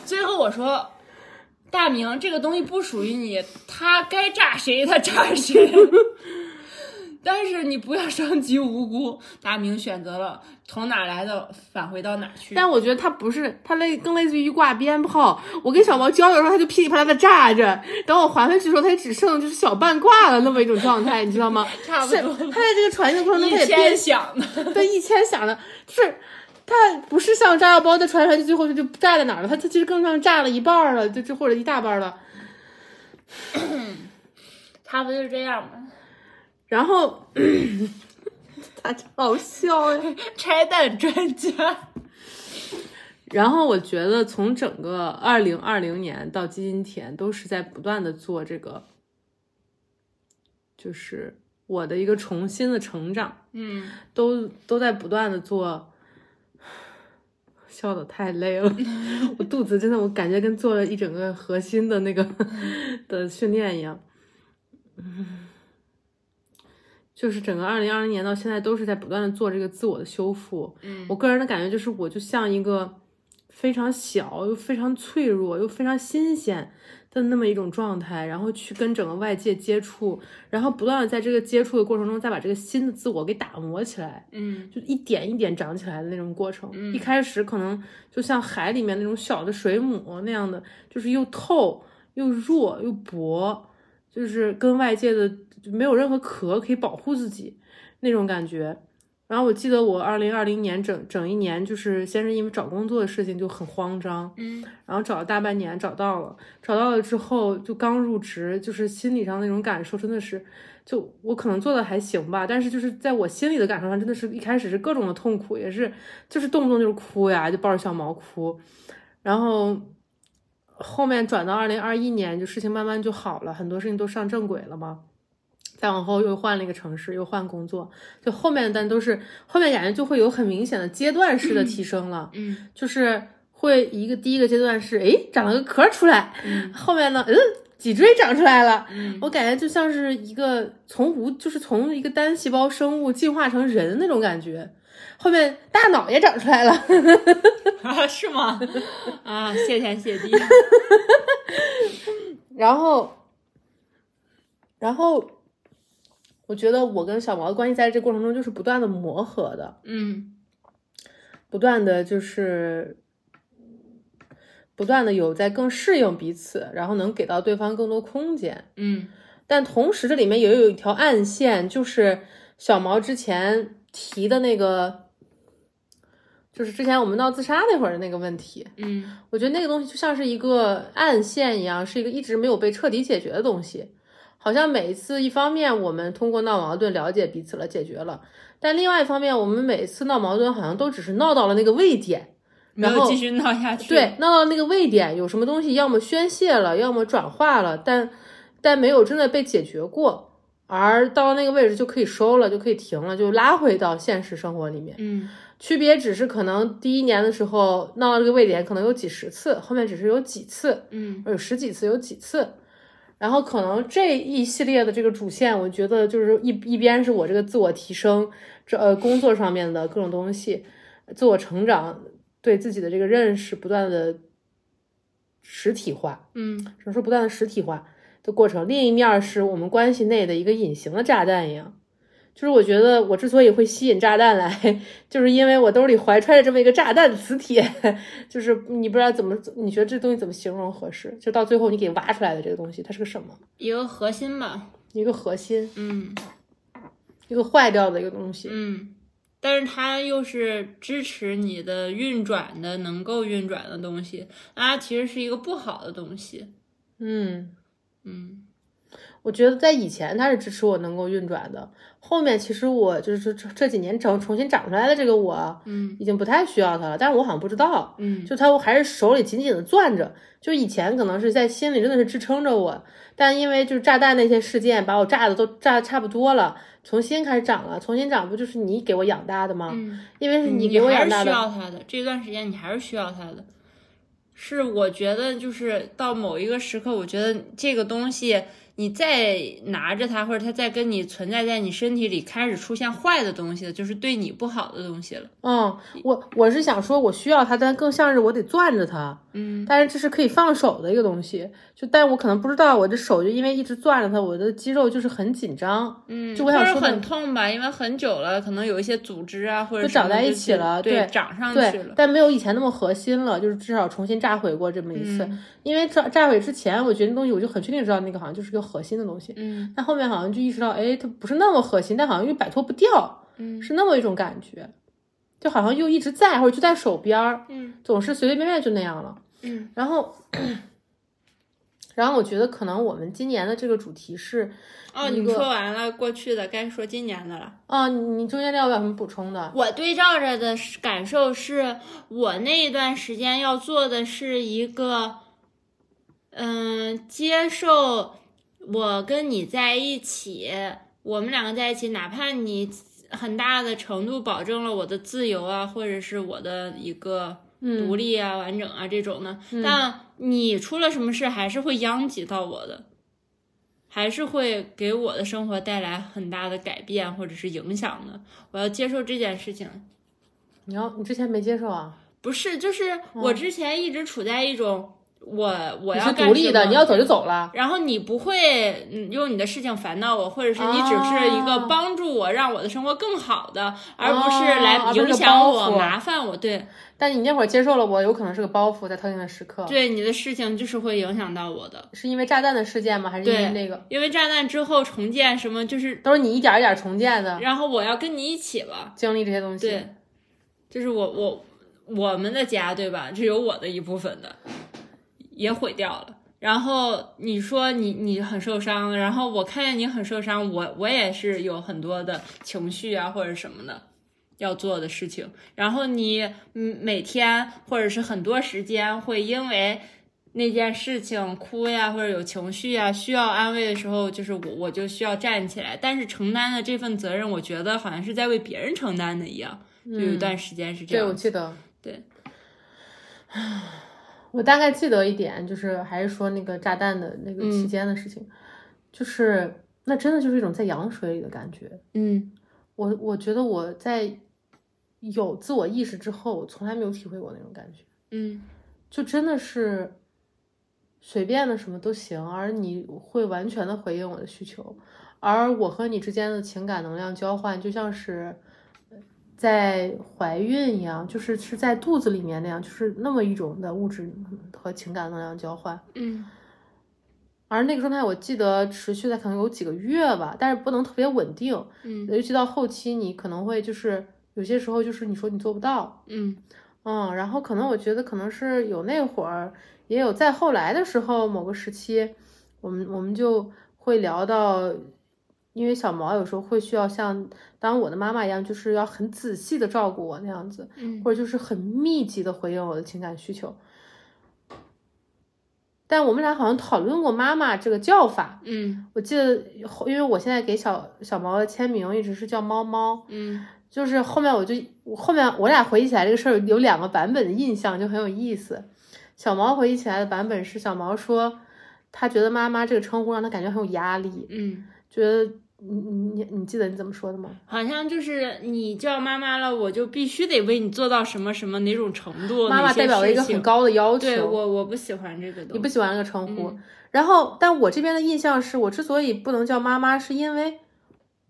[SPEAKER 2] 最后我说：“大明，这个东西不属于你，他该炸 <laughs> 谁他炸谁。”但是你不要伤及无辜。大明选择了从哪儿来的返回到哪儿去。
[SPEAKER 3] 但我觉得它不是，它类更类似于一挂鞭炮。我跟小毛交流的时候，它就噼里啪啦的炸着；等我还回去的时候，它也只剩就是小半挂了那么一种状态，你知道吗？
[SPEAKER 2] <laughs> 差不
[SPEAKER 3] 是
[SPEAKER 2] 多
[SPEAKER 3] 它在这个传递的过程中，它
[SPEAKER 2] 一
[SPEAKER 3] 也变
[SPEAKER 2] 天想的，
[SPEAKER 3] 对，一千响的，就是它不是像炸药包的传来传去，最后就炸在哪儿了？它它其实更像炸了一半儿了，就就或者一大半儿了。
[SPEAKER 2] <laughs> 差不多就是这样吧。
[SPEAKER 3] 然后， <clears throat> 他好笑呀。
[SPEAKER 2] 拆弹专家，
[SPEAKER 1] 然后我觉得从整个二零二零年到今天，都是在不断的做这个，就是我的一个重新的成长。
[SPEAKER 2] 嗯，
[SPEAKER 1] 都都在不断的做，笑的太累了，我肚子真的我感觉跟做了一整个核心的那个 <laughs> 的训练一样，嗯，就是整个二零二零年到现在都是在不断的做这个自我的修复，
[SPEAKER 2] 嗯，
[SPEAKER 1] 我个人的感觉就是我就像一个非常小又非常脆弱又非常新鲜。的那么一种状态，然后去跟整个外界接触，然后不断的在这个接触的过程中，再把这个新的自我给打磨起来，
[SPEAKER 2] 嗯
[SPEAKER 1] 就一点一点长起来的那种过程。
[SPEAKER 2] 嗯
[SPEAKER 1] 一开始可能就像海里面那种小的水母那样的，就是又透又弱又薄，就是跟外界的就没有任何壳可以保护自己那种感觉。然后我记得我二零二零年整整一年，就是先是因为找工作的事情就很慌张，
[SPEAKER 2] 嗯
[SPEAKER 1] 然后找了大半年，找到了，找到了之后就刚入职，就是心理上那种感受真的是，就我可能做的还行吧，但是就是在我心里的感受上，真的是一开始是各种的痛苦，也是就是动不动就是哭呀，就抱着小毛哭，然后后面转到二零二一年，就事情慢慢就好了，很多事情都上正轨了嘛。再往后又换了一个城市，又换工作，就后面但都是后面感觉就会有很明显的阶段式的提升了。
[SPEAKER 2] 嗯
[SPEAKER 1] 就是会一个第一个阶段是，诶，长了个壳出来，
[SPEAKER 2] 嗯
[SPEAKER 1] 后面呢，嗯，脊椎长出来了。
[SPEAKER 2] 嗯 <laughs>
[SPEAKER 1] 我感觉就像是一个从无，就是从一个单细胞生物进化成人的那种感觉。后面大脑也长出来了， <laughs>
[SPEAKER 2] 啊，是吗？ <laughs> 啊，谢天谢 <laughs> 地，
[SPEAKER 1] 然后，然后，我觉得我跟小毛的关系在这过程中就是不断的磨合的。
[SPEAKER 2] 嗯
[SPEAKER 1] 不断的就是不断的有在更适应彼此，然后能给到对方更多空间。
[SPEAKER 2] 嗯
[SPEAKER 1] 但同时，这里面也有一条暗线，就是小毛之前提的那个，就是之前我们闹自杀那会儿的那个问题。
[SPEAKER 2] 嗯
[SPEAKER 1] 我觉得那个东西就像是一个暗线一样，是一个一直没有被彻底解决的东西。好像每一次，一方面我们通过闹矛盾了解彼此了，解决了；但另外一方面，我们每一次闹矛盾好像都只是闹到了那个位点，
[SPEAKER 2] 没
[SPEAKER 1] 然
[SPEAKER 2] 有
[SPEAKER 1] 后
[SPEAKER 2] 继续闹下去。
[SPEAKER 1] 对，，闹到那个位点，有什么东西要么宣泄了，要么转化了，但但没有真的被解决过，而到了那个位置就可以收了，就可以停了，就拉回到现实生活里面。
[SPEAKER 2] 嗯
[SPEAKER 1] 区别只是可能第一年的时候闹到这个位点，可能有几十次，后面只是有几次，
[SPEAKER 2] 嗯
[SPEAKER 1] 有十几次，有几次。然后可能这一系列的这个主线，我觉得就是一一边是我这个自我提升，这呃工作上面的各种东西，自我成长，对自己的这个认识不断的实体化，
[SPEAKER 2] 嗯
[SPEAKER 1] 只能说不断的实体化的过程。另一面儿是我们关系内的一个隐形的炸弹一样，就是我觉得我之所以会吸引炸弹来， <laughs> 就是因为我兜里怀揣着这么一个炸弹磁铁， <laughs> 就是你不知道怎么，你觉得这东西怎么形容合适？就到最后你给挖出来的这个东西，它是个什么？
[SPEAKER 2] 一个核心吧。
[SPEAKER 1] 一个核心，
[SPEAKER 2] 嗯
[SPEAKER 1] 一个坏掉的一个东西。
[SPEAKER 2] 嗯，但是它又是支持你的运转的，能够运转的东西，那它其实是一个不好的东西。
[SPEAKER 1] 嗯，
[SPEAKER 2] 嗯
[SPEAKER 1] 我觉得在以前他是支持我能够运转的，后面其实我就是这这几年长重新长出来的这个我，
[SPEAKER 2] 嗯
[SPEAKER 1] 已经不太需要他了，但是我好像不知道，
[SPEAKER 2] 嗯，
[SPEAKER 1] 就他我还是手里紧紧的攥着，就以前可能是在心里真的是支撑着我，但因为就是炸弹那些事件把我炸的都炸的差不多了，重新开始长了，重新长不就是你给我养大的吗？
[SPEAKER 2] 嗯，
[SPEAKER 1] 因为是
[SPEAKER 2] 你
[SPEAKER 1] 给我
[SPEAKER 2] 还
[SPEAKER 1] 养
[SPEAKER 2] 是
[SPEAKER 1] 大
[SPEAKER 2] 需
[SPEAKER 1] 的，
[SPEAKER 2] 要他的这段时间，你还是需要他的。是我觉得就是到某一个时刻，我觉得这个东西你再拿着它，或者它再跟你存在在你身体里开始出现坏的东西了，就是对你不好的东西了。
[SPEAKER 1] 嗯，我我是想说，我需要它，但更像是我得攥着它，
[SPEAKER 2] 嗯，
[SPEAKER 1] 但是这是可以放手的一个东西。就但我可能不知道，我这手就因为一直攥着它，我的肌肉就是很紧张，
[SPEAKER 2] 嗯，
[SPEAKER 1] 就
[SPEAKER 2] 或
[SPEAKER 1] 我想
[SPEAKER 2] 者
[SPEAKER 1] 说的
[SPEAKER 2] 很痛吧，因为很久了，可能有一些组织啊或者
[SPEAKER 1] 就
[SPEAKER 2] 什么
[SPEAKER 1] 长在一
[SPEAKER 2] 就
[SPEAKER 1] 起
[SPEAKER 2] 是
[SPEAKER 1] 了
[SPEAKER 2] 对，
[SPEAKER 1] 对
[SPEAKER 2] 长上去
[SPEAKER 1] 对
[SPEAKER 2] 了，。
[SPEAKER 1] 但没有以前那么核心了，就是至少重新炸毁过这么一次。
[SPEAKER 2] 嗯
[SPEAKER 1] 因为炸炸毁之前，我觉得那东西我就很确定知道那个好像就是个核心的东西，
[SPEAKER 2] 嗯
[SPEAKER 1] 但后面好像就意识到，哎，它不是那么核心，但好像又摆脱不掉，
[SPEAKER 2] 嗯
[SPEAKER 1] 是那么一种感觉，就好像又一直在，或者就在手边儿，
[SPEAKER 2] 嗯
[SPEAKER 1] 总是随随便便就那样了。
[SPEAKER 2] 嗯
[SPEAKER 1] 然后，然后我觉得可能我们今年的这个主题是，
[SPEAKER 2] 哦，
[SPEAKER 1] 一
[SPEAKER 2] 你
[SPEAKER 1] 个
[SPEAKER 2] 说完了过去的，该说今年的了。
[SPEAKER 1] 啊，你你中间要不要有什么补充的？
[SPEAKER 2] 我对照着的是感受是，我那一段时间要做的是一个，嗯，接受我跟你在一起，我们两个在一起，哪怕你很大的程度保证了我的自由啊，或者是我的一个
[SPEAKER 1] 嗯
[SPEAKER 2] 独立啊、完整啊这种的，但你出了什么事还是会殃及到我的。还是会给我的生活带来很大的改变或者是影响的。我要接受这件事情。
[SPEAKER 1] 你要你之前没接受啊？
[SPEAKER 2] 不是，就是我之前一直处在一种我我
[SPEAKER 1] 嗯你
[SPEAKER 2] 要
[SPEAKER 1] 是
[SPEAKER 2] 干
[SPEAKER 1] 独立
[SPEAKER 2] 什
[SPEAKER 1] 的，
[SPEAKER 2] 么
[SPEAKER 1] 你要走就。走了。
[SPEAKER 2] 然后你不会嗯用你的事情烦恼我，或者是你只是一个
[SPEAKER 1] 啊
[SPEAKER 2] 帮助我，让我的生活更好的，而不
[SPEAKER 1] 哦
[SPEAKER 2] 是来
[SPEAKER 1] 而不是
[SPEAKER 2] 影
[SPEAKER 1] 个
[SPEAKER 2] 响
[SPEAKER 1] 包
[SPEAKER 2] 我、
[SPEAKER 1] 袱
[SPEAKER 2] 麻烦我。对
[SPEAKER 1] 但你那会儿接受了我，有可能是个包袱，在特定的时刻。
[SPEAKER 2] 对，你的事情就是会影响到我的。
[SPEAKER 1] 是因为炸弹的事件吗？还是因为
[SPEAKER 2] 对
[SPEAKER 1] 那个？
[SPEAKER 2] 因为炸弹之后重建什么，就是
[SPEAKER 1] 都是你一点儿一点儿重建的，
[SPEAKER 2] 然后我要跟你一起了，
[SPEAKER 1] 经历这些东西。
[SPEAKER 2] 对，就是我我我们的家对吧？这有我的一部分的，也毁掉了。然后你说你你很受伤，然后我看见你很受伤，我我也是有很多的情绪啊或者什么的要做的事情。然后你嗯每天或者是很多时间会因为那件事情哭呀，或者有情绪呀，需要安慰的时候，就是我我就需要站起来。但是承担的这份责任，我觉得好像是在为别人承担的一样。就有一段时间是这
[SPEAKER 1] 对，
[SPEAKER 2] 样
[SPEAKER 1] 我
[SPEAKER 2] 的，
[SPEAKER 1] 记得。
[SPEAKER 2] 对。
[SPEAKER 1] <sighs> 我大概记得一点，就是还是说那个炸弹的那个期
[SPEAKER 2] 嗯
[SPEAKER 1] 间的事情，就是那真的就是一种在羊水里的感觉。
[SPEAKER 2] 嗯
[SPEAKER 1] 我我觉得我在有自我意识之后，我从来没有体会过那种感觉，
[SPEAKER 2] 嗯
[SPEAKER 1] 就真的是随便的什么都行，而你会完全的回应我的需求，而我和你之间的情感能量交换，就像是在怀孕一样，就是是在肚子里面那样，就是那么一种的物质和情感能量交换。
[SPEAKER 2] 嗯
[SPEAKER 1] 而那个状态，我记得持续了可能有几个月吧，但是不能特别稳定。
[SPEAKER 2] 嗯
[SPEAKER 1] 尤其到后期，你可能会就是有些时候就是你说你做不到，
[SPEAKER 2] 嗯
[SPEAKER 1] 嗯，然后可能我觉得可能是有那会儿，也有在后来的时候某个时期，我们我们就会聊到，因为小毛有时候会需要像当我的妈妈一样，就是要很仔细的照顾我那样子，
[SPEAKER 2] 嗯
[SPEAKER 1] 或者就是很密集的回应我的情感需求。但我们俩好像讨论过“妈妈”这个叫法，
[SPEAKER 2] 嗯
[SPEAKER 1] 我记得后，因为我现在给小小毛的签名一直是叫猫猫，
[SPEAKER 2] 嗯
[SPEAKER 1] 就是后面我就我后面我俩回忆起来这个事儿有两个版本的印象，就很有意思。小毛回忆起来的版本是小毛说，他觉得妈妈这个称呼让他感觉很有压力，
[SPEAKER 2] 嗯，
[SPEAKER 1] 觉得你你你你记得你怎么说的吗？
[SPEAKER 2] 好像就是你叫妈妈了，我就必须得为你做到什么什么哪种程度，
[SPEAKER 1] 妈妈
[SPEAKER 2] 哪些
[SPEAKER 1] 代表了一个
[SPEAKER 2] 事情
[SPEAKER 1] 很。高的要求，
[SPEAKER 2] 对我，我不喜欢这个东西。
[SPEAKER 1] 你不喜欢那个称呼。
[SPEAKER 2] 嗯
[SPEAKER 1] 然后，但我这边的印象是我之所以不能叫妈妈，是因为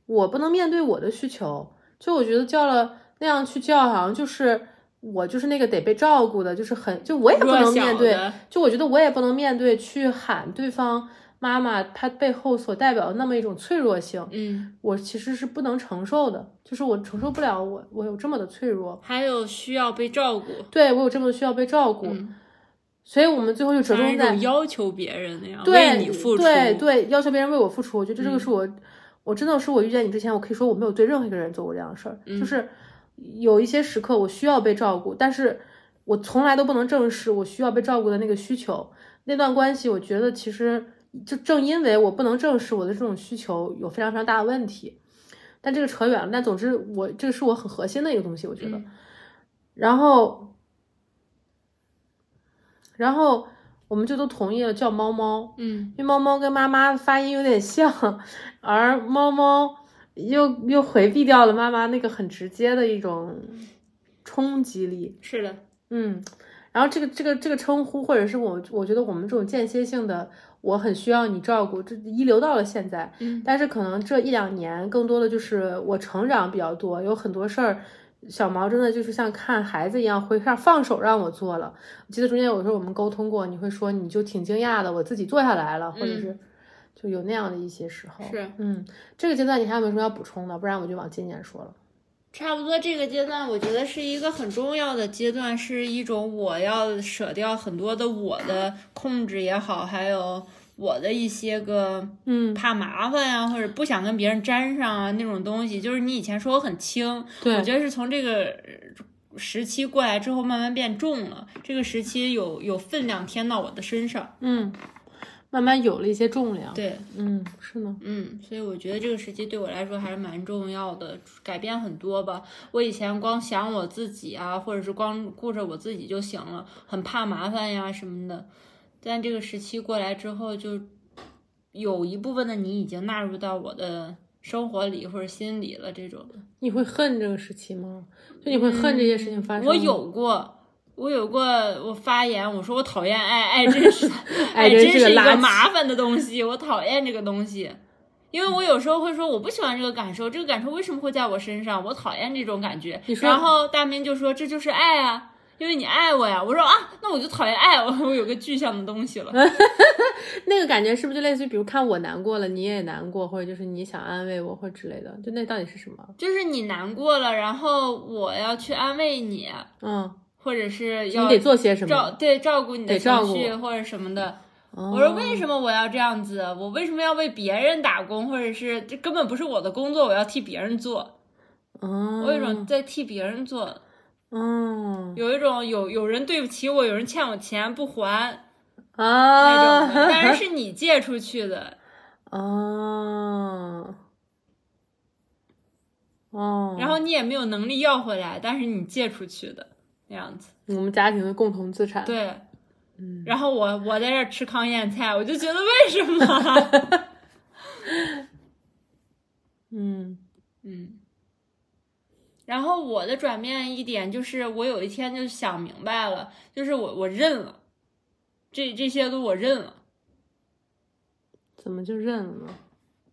[SPEAKER 1] 我不能面对我的需求。就我觉得叫了那样去叫，好像就是我就是那个得被照顾的，就是很就我也不
[SPEAKER 2] 弱
[SPEAKER 1] 能
[SPEAKER 2] 小
[SPEAKER 1] 面对
[SPEAKER 2] 的，
[SPEAKER 1] 就我觉得我也不能面对去喊对方妈妈，她背后所代表的那么一种脆弱性，
[SPEAKER 2] 嗯，
[SPEAKER 1] 我其实是不能承受的，就是我承受不了我我有这么的脆弱，
[SPEAKER 2] 还有需要被照顾。
[SPEAKER 1] 对我有这么需要被照顾。
[SPEAKER 2] 嗯
[SPEAKER 1] 所以我们最后就
[SPEAKER 2] 像
[SPEAKER 1] 着
[SPEAKER 2] 是那
[SPEAKER 1] 重在
[SPEAKER 2] 种要求别人那样
[SPEAKER 1] 对
[SPEAKER 2] 为你付出，嗯
[SPEAKER 1] 对对，要求别人为我付出，我觉得这个是我，我真的是我遇见你之前，我可以说我没有对任何一个人做过这样的事儿，
[SPEAKER 2] 嗯
[SPEAKER 1] 就是有一些时刻我需要被照顾，但是我从来都不能正视我需要被照顾的那个需求。那段关系，我觉得其实就正因为我不能正视我的这种需求，有非常非常大的问题。但这个扯远了，但总之我这个是我很核心的一个东西，我觉得。
[SPEAKER 2] 嗯
[SPEAKER 1] 然后，然后我们就都同意了叫猫猫。
[SPEAKER 2] 嗯
[SPEAKER 1] 因为猫猫跟妈妈发音有点像， <laughs> 而猫猫又又回避掉了妈妈那个很直接的一种冲击力。
[SPEAKER 2] 是的，
[SPEAKER 1] 嗯，然后这个这个这个称呼，或者是我我觉得我们这种间歇性的，我很需要你照顾，这遗留到了现在。
[SPEAKER 2] 嗯
[SPEAKER 1] 但是可能这一两年，更多的就是我成长比较多，有很多事儿，小毛真的就是像看孩子一样，会上放手让我做了。我记得中间有时候我们沟通过，你会说你就挺惊讶的，我自己做下来了，或者是就有那样的一些时候。
[SPEAKER 2] 嗯是，
[SPEAKER 1] 嗯，这个阶段你还有没有什么要补充的？不然我就往今年说了。
[SPEAKER 2] 差不多这个阶段，我觉得是一个很重要的阶段，是一种我要舍掉很多的我的控制也好，还有我的一些个
[SPEAKER 1] 嗯，
[SPEAKER 2] 怕麻烦呀、或者不想跟别人沾上啊那种东西，就是你以前说我很轻，
[SPEAKER 1] 对
[SPEAKER 2] 我觉得是从这个呃时期过来之后慢慢变重了。这个时期有有分量添到我的身上，
[SPEAKER 1] 嗯，慢慢有了一些重量。，
[SPEAKER 2] 对，
[SPEAKER 1] 嗯，是呢。
[SPEAKER 2] 嗯，所以我觉得这个时期对我来说还是蛮重要的，改变很多吧。我以前光想我自己啊，或者是光顾着我自己就行了，很怕麻烦呀什么的。但这个时期过来之后，就有一部分的你已经纳入到我的生活里或者心里了。这种
[SPEAKER 1] 你会恨这个时期吗？就你会恨这些事情发生
[SPEAKER 2] 嗯
[SPEAKER 1] 吗？
[SPEAKER 2] 我有过。我有过，我发言我说我讨厌爱，
[SPEAKER 1] <laughs>
[SPEAKER 2] 爱真是爱
[SPEAKER 1] 真是
[SPEAKER 2] 是
[SPEAKER 1] 个
[SPEAKER 2] 一
[SPEAKER 1] 垃圾
[SPEAKER 2] 个麻烦的东西，我讨厌这个东西，因为我有时候会说我不喜欢这个感受，这个感受为什么会在我身上？我讨厌这种感觉
[SPEAKER 1] 你。说
[SPEAKER 2] 然后大明就说这就是爱啊，因为你爱我呀。我说啊，那我就讨厌爱，我我有个具象的东西
[SPEAKER 1] 嗯
[SPEAKER 2] 了。
[SPEAKER 1] 那个感觉是不是就类似于，比如看我难过了，你也难过，或者就是你想安慰我，或者之类的？就那到底是什么？
[SPEAKER 2] 就是你难过了，然后我要去安慰你，
[SPEAKER 1] 嗯，
[SPEAKER 2] 或者是
[SPEAKER 1] 你
[SPEAKER 2] 要
[SPEAKER 1] 得做些什
[SPEAKER 2] 照
[SPEAKER 1] 么？
[SPEAKER 2] 对照顾你的
[SPEAKER 1] 得照
[SPEAKER 2] 情
[SPEAKER 1] 顾
[SPEAKER 2] 绪或者什么的。
[SPEAKER 1] 我
[SPEAKER 2] 我说为什么我要这样子？我为什么要为别人打工，或者是这根本不是我的工作，我要替别人做？
[SPEAKER 1] 么
[SPEAKER 2] 我有一种在替别人做，
[SPEAKER 1] 嗯
[SPEAKER 2] 有一种有有人对不起我，有人欠我钱不还那
[SPEAKER 1] 啊 <laughs>
[SPEAKER 2] 种的，但是是你借出去的，
[SPEAKER 1] 啊哦，
[SPEAKER 2] 然后你也没有能力要回来，但是你借出去的那样子，
[SPEAKER 1] 我们家庭的共同资产，，
[SPEAKER 2] 对。
[SPEAKER 1] 嗯
[SPEAKER 2] 然后我我在这儿吃糠咽菜，我就觉得为什么？
[SPEAKER 1] 嗯
[SPEAKER 2] 嗯，然后我的转变一点就是，我有一天就想明白了，就是我我认了，这这些都我认了。
[SPEAKER 1] 怎么就认了呢？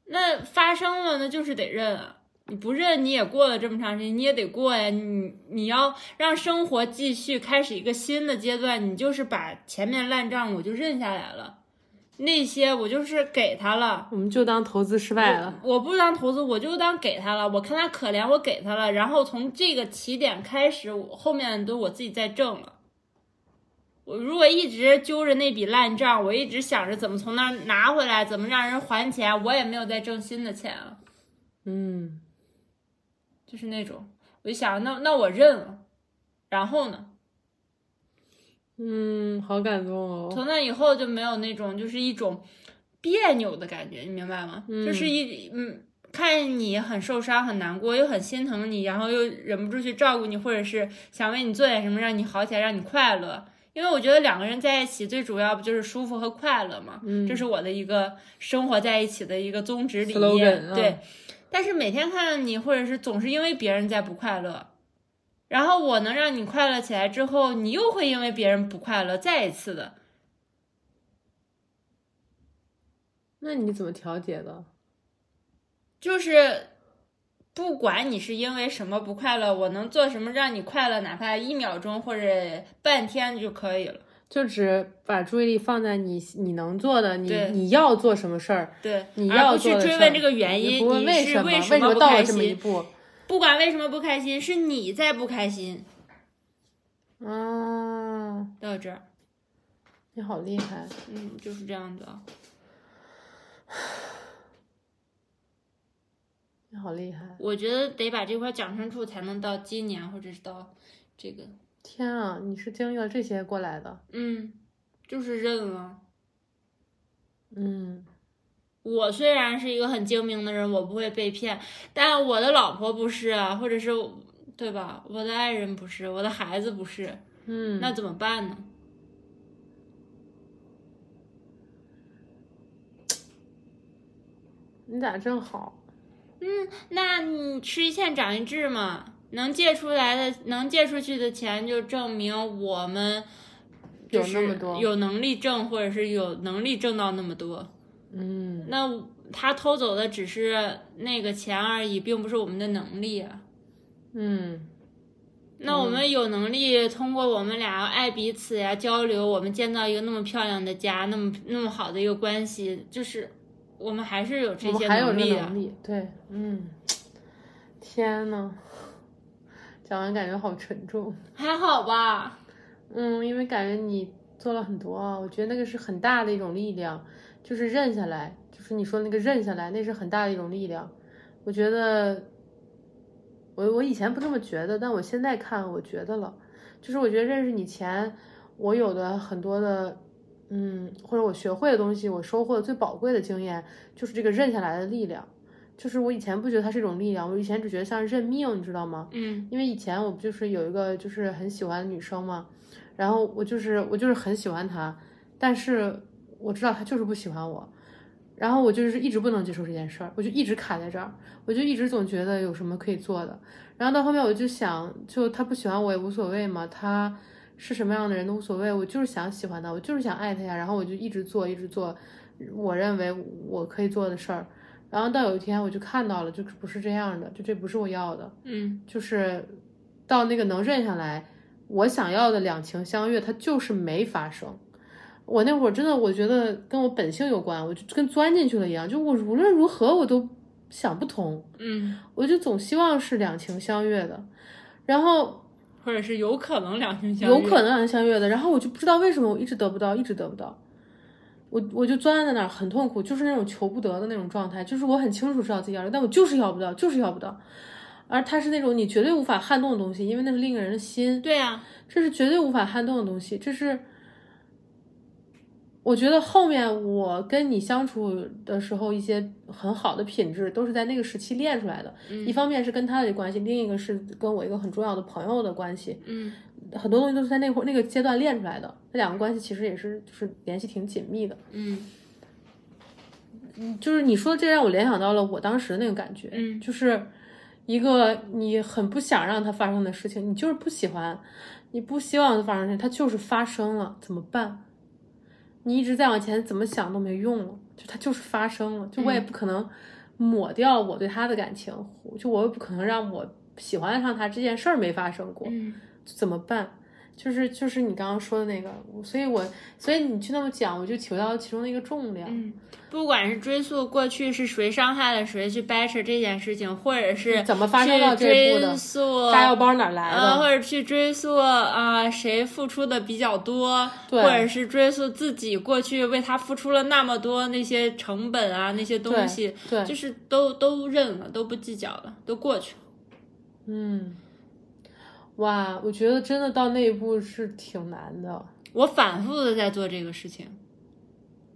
[SPEAKER 2] 那发生了那就是得认啊，你不认你也过了这么长时间，你也得过呀。你你要让生活继续，开始一个新的阶段，你就是把前面烂账我就认下来了，那些我就是给他了。
[SPEAKER 1] 我们就当投资失败了，
[SPEAKER 2] 我不当投资，我就当给他了。我看他可怜，我给他了。然后从这个起点开始，我后面都我自己在挣了。我如果一直揪着那笔烂账，我一直想着怎么从那儿拿回来，怎么让人还钱，我也没有再挣新的钱了，
[SPEAKER 1] 嗯
[SPEAKER 2] 就是那种。我就想，那那我认了。然后呢，
[SPEAKER 1] 嗯，好感动哦，
[SPEAKER 2] 从那以后就没有那种就是一种别扭的感觉，你明白吗？就是一嗯，看你很受伤、很难过，又很心疼你，然后又忍不住去照顾你，或者是想为你做点什么让你好起来、让你快乐。因为我觉得两个人在一起最主要不就是舒服和快乐嘛，
[SPEAKER 1] 嗯
[SPEAKER 2] 这是我的一个生活在一起的一个宗旨理
[SPEAKER 1] Slogan，
[SPEAKER 2] 念。
[SPEAKER 1] 嗯
[SPEAKER 2] 对，但是每天看到你，或者是总是因为别人在不快乐，然后我能让你快乐起来之后，你又会因为别人不快乐再一次的，
[SPEAKER 1] 那你怎么调节的？
[SPEAKER 2] 就是不管你是因为什么不快乐，我能做什么让你快乐，哪怕一秒钟或者半天就可以了。
[SPEAKER 1] 就只把注意力放在你你能做的，你
[SPEAKER 2] 对
[SPEAKER 1] 你要做什么事儿，
[SPEAKER 2] 对，
[SPEAKER 1] 你
[SPEAKER 2] 而
[SPEAKER 1] 要
[SPEAKER 2] 不
[SPEAKER 1] 做
[SPEAKER 2] 去
[SPEAKER 1] 的事
[SPEAKER 2] 追
[SPEAKER 1] 儿
[SPEAKER 2] 问这个原因，
[SPEAKER 1] 也不问
[SPEAKER 2] 你
[SPEAKER 1] 为
[SPEAKER 2] 是
[SPEAKER 1] 什么，为
[SPEAKER 2] 什
[SPEAKER 1] 么
[SPEAKER 2] 不
[SPEAKER 1] 到了
[SPEAKER 2] 开
[SPEAKER 1] 这么一
[SPEAKER 2] 心？
[SPEAKER 1] 步？
[SPEAKER 2] 不管为什么不开心，是你在不开心。
[SPEAKER 1] 啊，
[SPEAKER 2] 到这儿，
[SPEAKER 1] 你好厉害，
[SPEAKER 2] 嗯，就是这样的。
[SPEAKER 1] 你好厉害！
[SPEAKER 2] 我觉得得把这块讲清楚，才能到今年或者是到这个，
[SPEAKER 1] 天啊，你是经历了这些过来的，
[SPEAKER 2] 嗯，就是认了。
[SPEAKER 1] 嗯，
[SPEAKER 2] 我虽然是一个很精明的人，我不会被骗，但我的老婆不是啊，或者是对吧？我的爱人不是，我的孩子不是，
[SPEAKER 1] 嗯，
[SPEAKER 2] 那怎么办呢？
[SPEAKER 1] 你咋正好？
[SPEAKER 2] 那你吃一堑长一智嘛，能借出来的，能借出去的钱，就证明我们
[SPEAKER 1] 有
[SPEAKER 2] 就是
[SPEAKER 1] 那么多
[SPEAKER 2] 有能力挣，或者是有能力挣到那么多。
[SPEAKER 1] 嗯，
[SPEAKER 2] 那他偷走的只是那个钱而已，并不是我们的能力啊。
[SPEAKER 1] 嗯，
[SPEAKER 2] 那我们有能力通过我们俩爱彼此呀、交流，我们建造一个那么漂亮的家，那么那么好的一个关系，就是我们还是有这
[SPEAKER 1] 我
[SPEAKER 2] 些
[SPEAKER 1] 们还有
[SPEAKER 2] 能
[SPEAKER 1] 这
[SPEAKER 2] 力啊的。
[SPEAKER 1] 能力，对，嗯，天呐，讲完感觉好沉重。
[SPEAKER 2] 还好吧？
[SPEAKER 1] 嗯，因为感觉你做了很多啊，我觉得那个是很大的一种力量，就是韧下来，就是你说那个韧下来，那是很大的一种力量。我觉得，我我以前不这么觉得，但我现在看，我觉得了，就是我觉得认识你前，我有的很多的，嗯，或者我学会的东西，我收获的最宝贵的经验，就是这个韧下来的力量。就是我以前不觉得它是一种力量，我以前只觉得像认命，你知道吗？
[SPEAKER 2] 嗯
[SPEAKER 1] 因为以前我不就是有一个就是很喜欢的女生嘛，然后我就是我就是很喜欢她，但是我知道她就是不喜欢我，然后我就是一直不能接受这件事儿，我就一直卡在这儿，我就一直总觉得有什么可以做的，然后到后面我就想，就她不喜欢我也无所谓嘛，她是什么样的人都无所谓，我就是想喜欢她，我就是想爱她呀，然后我就一直做一直做，我认为我可以做的事儿。然后到有一天我就看到了，就不是这样的，就这不是我要的，
[SPEAKER 2] 嗯
[SPEAKER 1] 就是到那个能认下来，我想要的两情相悦，它就是没发生。我那会儿真的，我觉得跟我本性有关，我就跟钻进去了一样，就我无论如何我都想不通，
[SPEAKER 2] 嗯，
[SPEAKER 1] 我就总希望是两情相悦的，然后
[SPEAKER 2] 或者是有可能两情相悦，
[SPEAKER 1] 有可能两情相悦的，然后我就不知道为什么我一直得不到，一直得不到。我我就钻在那儿很痛苦，就是那种求不得的那种状态，就是我很清楚知道自己要的，但我就是要不到，就是要不到。而它是那种你绝对无法撼动的东西，因为那是另一个人的心，
[SPEAKER 2] 对啊呀、
[SPEAKER 1] 这是绝对无法撼动的东西。这是我觉得后面我跟你相处的时候，一些很好的品质都是在那个时期练出来的。一方面是跟他的关系，另一个是跟我一个很重要的朋友的关系。
[SPEAKER 2] 嗯
[SPEAKER 1] 很多东西都是在那会儿那个阶段练出来的。那两个关系其实也是就是联系挺紧密的。
[SPEAKER 2] 嗯
[SPEAKER 1] 就是你说的这让我联想到了我当时的那个感觉，
[SPEAKER 2] 嗯
[SPEAKER 1] 就是一个你很不想让它发生的事情，你就是不喜欢，你不希望它发生的事情，它就是发生了，怎么办？你一直再往前怎么想都没用了，就它就是发生
[SPEAKER 2] 嗯
[SPEAKER 1] 了，就我也不可能抹掉我对他的感情，就我也不可能让我喜欢上他这件事儿没发生过，
[SPEAKER 2] 嗯
[SPEAKER 1] 怎么办？就是就是你刚刚说的那个，所以我所以你去那么讲，我就体会到其中的一个重量，
[SPEAKER 2] 嗯，不管是追溯过去是谁伤害了谁去掰扯这件事情，或者是
[SPEAKER 1] 嗯怎么发生到
[SPEAKER 2] 去
[SPEAKER 1] 这一步的
[SPEAKER 2] 追溯
[SPEAKER 1] 炸药包哪儿来的？
[SPEAKER 2] 呃，或者去追溯啊、谁付出的比较多，
[SPEAKER 1] 对
[SPEAKER 2] 或者是追溯自己过去为他付出了那么多那些成本啊，那些东西，
[SPEAKER 1] 对，
[SPEAKER 2] 就是都都认了，都不计较了，都过去了。
[SPEAKER 1] 嗯，哇，我觉得真的到那一步是挺难的。
[SPEAKER 2] 我反复的在做这个事情，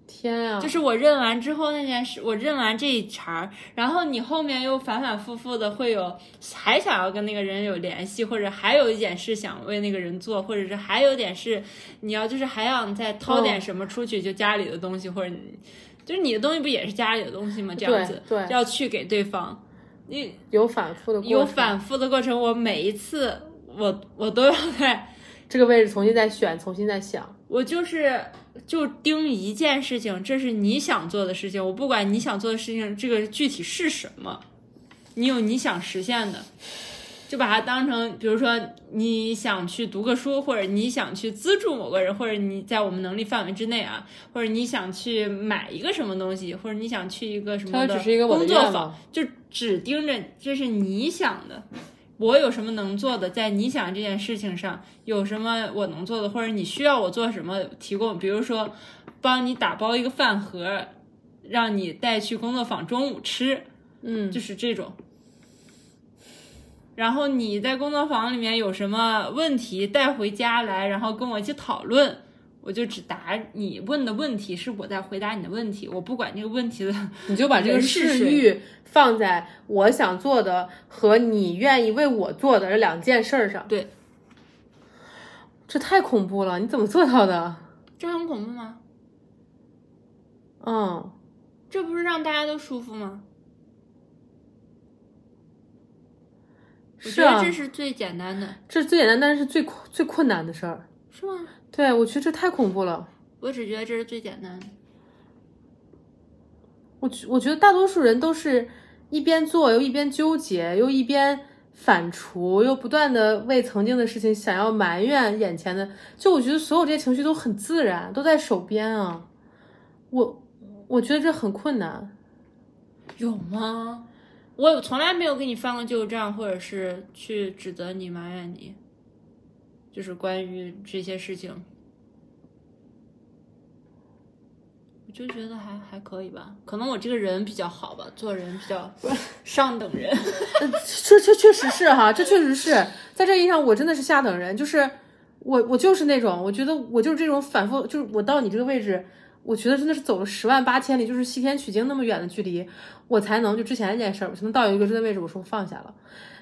[SPEAKER 1] 天啊呀、
[SPEAKER 2] 就是我认完之后那件事，我认完这一茬儿，然后你后面又反反复复的会有，还想要跟那个人有联系，或者还有一点事想为那个人做，或者是还有点事你要就是还想再掏
[SPEAKER 1] 嗯
[SPEAKER 2] 点什么出去，就家里的东西，或者你就是你的东西不也是家里的东西吗？这样子
[SPEAKER 1] 对
[SPEAKER 2] 要去给对方，你
[SPEAKER 1] 有反复的过程，
[SPEAKER 2] 有反复的过程，我每一次我我都要在。
[SPEAKER 1] 这个位置重新再选，重新再想。
[SPEAKER 2] 我就是就盯一件事情，这是你想做的事情，我不管你想做的事情这个具体是什么，你有你想实现的，就把它当成，比如说你想去读个书，或者你想去资助某个人，或者你在我们能力范围之内啊，或者你想去买一个什么东西，或者你想去一个什么
[SPEAKER 1] 它
[SPEAKER 2] 的
[SPEAKER 1] 只是一个我的
[SPEAKER 2] 工作
[SPEAKER 1] 愿
[SPEAKER 2] 坊
[SPEAKER 1] 望，
[SPEAKER 2] 就只盯着这是你想的，我有什么能做的，在你想这件事情上有什么我能做的，或者你需要我做什么提供，比如说帮你打包一个饭盒，让你带去工作坊中午吃，
[SPEAKER 1] 嗯，
[SPEAKER 2] 就是这种。然后你在工作坊里面有什么问题带回家来，然后跟我一起讨论。我就只答你问的问题，是我在回答你的问题，我不管这个问题的 <laughs>
[SPEAKER 1] 你就把这个
[SPEAKER 2] 人是
[SPEAKER 1] 视
[SPEAKER 2] 谁
[SPEAKER 1] 域放在我想做的和你愿意为我做的这两件事儿上。
[SPEAKER 2] 对，
[SPEAKER 1] 这太恐怖了！你怎么做到的？
[SPEAKER 2] 这很恐怖吗？
[SPEAKER 1] 嗯，
[SPEAKER 2] 这不是让大家都舒服吗？我
[SPEAKER 1] 是
[SPEAKER 2] 觉得
[SPEAKER 1] 啊，
[SPEAKER 2] 这是最简单的，
[SPEAKER 1] 这是最简单，但是最困最困难的事儿。
[SPEAKER 2] 是吗？
[SPEAKER 1] 对，我觉得这太恐怖了。
[SPEAKER 2] 我只觉得这是最简单的。
[SPEAKER 1] 我觉我觉得大多数人都是一边做又一边纠结，又一边反刍，又不断的为曾经的事情想要埋怨眼前的。就我觉得所有这些情绪都很自然，都在手边啊。我我觉得这很困难。
[SPEAKER 2] 有吗？我从来没有给你翻过旧账，或者是去指责你、埋怨你，就是关于这些事情，我就觉得还还可以吧。可能我这个人比较好吧，做人比较上等人。
[SPEAKER 1] 呃，这这确实是哈，这确实是在这意义上，我真的是下等人。就是我我就是那种，我觉得我就是这种反复，就是我到你这个位置。我觉得真的是走了十万八千里，就是西天取经那么远的距离，我才能就之前那件事儿，我才能到一个真的位置，我说我放下了，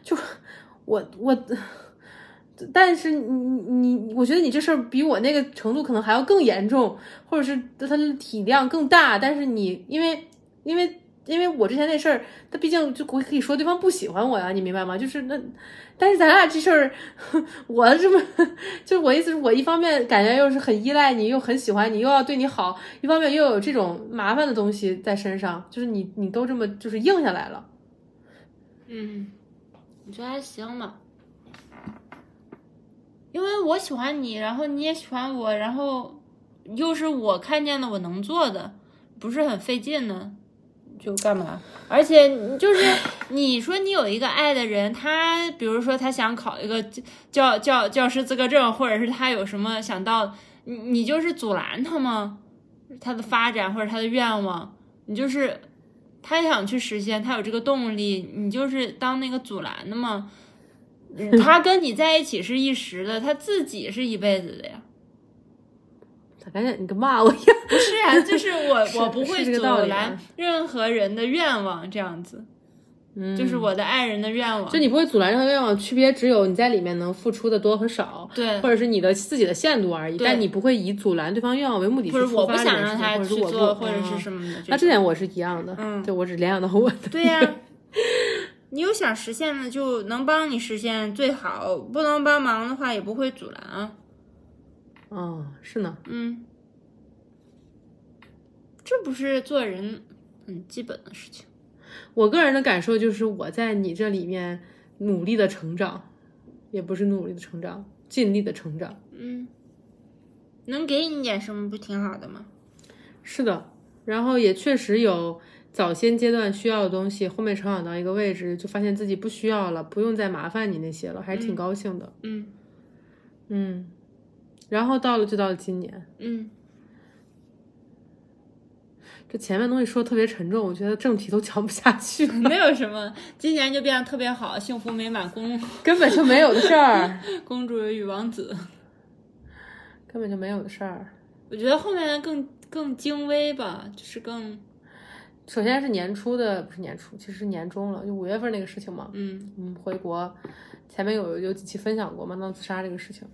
[SPEAKER 1] 就我我，但是你你你，我觉得你这事儿比我那个程度可能还要更严重，或者是它的体量更大，但是你因为因为因为我之前那事儿，他毕竟就可以说对方不喜欢我呀，你明白吗？就是那，但是咱俩这事儿， <laughs> 我这么就是我意思是我一方面感觉又是很依赖你，又很喜欢你，又要对你好，一方面又有这种麻烦的东西在身上，就是你你都这么就是硬下来了。
[SPEAKER 2] 嗯，我觉得还行吧，因为我喜欢你，然后你也喜欢我，然后又是我看见的我能做的，不是很费劲呢，就干嘛？而且你就是 <laughs> 你说你有一个爱的人，他比如说他想考一个教教教师资格证，或者是他有什么想到，你你就是阻拦他吗？他的发展或者他的愿望，你就是他想去实现，他有这个动力，你就是当那个阻拦的嘛。嗯
[SPEAKER 1] <laughs>
[SPEAKER 2] 他跟你在一起是一时的，他自己是一辈子的呀。
[SPEAKER 1] 咋感觉你跟骂我一样？ <laughs>
[SPEAKER 2] 不是啊，就是我
[SPEAKER 1] 是
[SPEAKER 2] 我不会
[SPEAKER 1] 是这个
[SPEAKER 2] 阻
[SPEAKER 1] 道理
[SPEAKER 2] 拦
[SPEAKER 1] 啊
[SPEAKER 2] 任何人的愿望，这样子
[SPEAKER 1] 嗯，
[SPEAKER 2] 就是我的爱人的愿望。
[SPEAKER 1] 就你不会阻拦任何愿望，区别只有你在里面能付出的多和少，
[SPEAKER 2] 对
[SPEAKER 1] 或，者是你的自己的限度而已。
[SPEAKER 2] 对
[SPEAKER 1] 但你不会以阻拦对方愿望为目的
[SPEAKER 2] 不
[SPEAKER 1] 去
[SPEAKER 2] 是
[SPEAKER 1] 出
[SPEAKER 2] 我不
[SPEAKER 1] 发这
[SPEAKER 2] 想
[SPEAKER 1] 件
[SPEAKER 2] 让
[SPEAKER 1] 事情，
[SPEAKER 2] 他去
[SPEAKER 1] 或者是我
[SPEAKER 2] 做，
[SPEAKER 1] 不
[SPEAKER 2] 或者是
[SPEAKER 1] 嗯
[SPEAKER 2] 什么的。
[SPEAKER 1] 那这
[SPEAKER 2] 种
[SPEAKER 1] 点我是一样的，
[SPEAKER 2] 嗯
[SPEAKER 1] 对我只联想到我的，
[SPEAKER 2] 对呀、你有想实现的就能帮你实现最好，不能帮忙的话也不会阻拦啊。
[SPEAKER 1] <laughs> 嗯，是呢，
[SPEAKER 2] 嗯，这不是做人很基本的事情。
[SPEAKER 1] 我个人的感受就是我在你这里面努力的成长，也不是努力的成长，尽力的成长，
[SPEAKER 2] 嗯，能给你点什么不挺好的吗？
[SPEAKER 1] 是的，然后也确实有早先阶段需要的东西，后面成长到一个位置，就发现自己不需要了，不用再麻烦你那些了，还是
[SPEAKER 2] 嗯
[SPEAKER 1] 挺高兴的。
[SPEAKER 2] 嗯
[SPEAKER 1] 嗯，然后到了就到了今年，
[SPEAKER 2] <laughs> 嗯，
[SPEAKER 1] 这前面东西说得特别沉重，我觉得正题都讲不下
[SPEAKER 2] <laughs>
[SPEAKER 1] 去，
[SPEAKER 2] 没有什么，今年就变得特别好，幸福美满公
[SPEAKER 1] 根本就没有的
[SPEAKER 2] <laughs>
[SPEAKER 1] 事儿，
[SPEAKER 2] 公主与王子。
[SPEAKER 1] 根本就没有的事儿。
[SPEAKER 2] 我觉得后面的更更精微吧，就是更
[SPEAKER 1] 首先是年初的，不是年初，其实是年中了，就五月份那个事情嘛。
[SPEAKER 2] 嗯
[SPEAKER 1] 嗯，回国前面有有几期分享过嘛，闹自杀这个事情，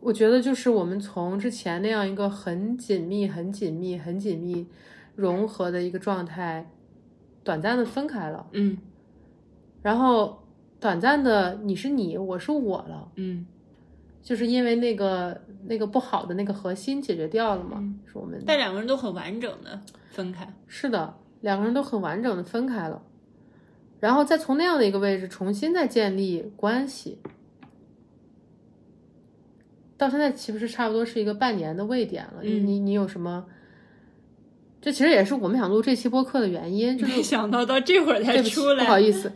[SPEAKER 1] 我觉得就是我们从之前那样一个很紧密、很紧密、很紧密融合的一个状态，短暂的分开了，
[SPEAKER 2] 嗯
[SPEAKER 1] 然后短暂的你是你，我是我了。
[SPEAKER 2] 嗯，
[SPEAKER 1] 就是因为那个那个不好的那个核心解决掉了嘛，
[SPEAKER 2] 嗯
[SPEAKER 1] 是我们
[SPEAKER 2] 但两个人都很完整的分开。
[SPEAKER 1] 是的，两个人都很完整的分开了，然后再从那样的一个位置重新再建立关系，到现在岂不是差不多是一个半年的位点了？你
[SPEAKER 2] 嗯
[SPEAKER 1] 你你有什么？这其实也是我们想录这期播客的原因，就是
[SPEAKER 2] 没想到到这会儿
[SPEAKER 1] 对
[SPEAKER 2] 才
[SPEAKER 1] 不起
[SPEAKER 2] 出来，
[SPEAKER 1] 不好意思，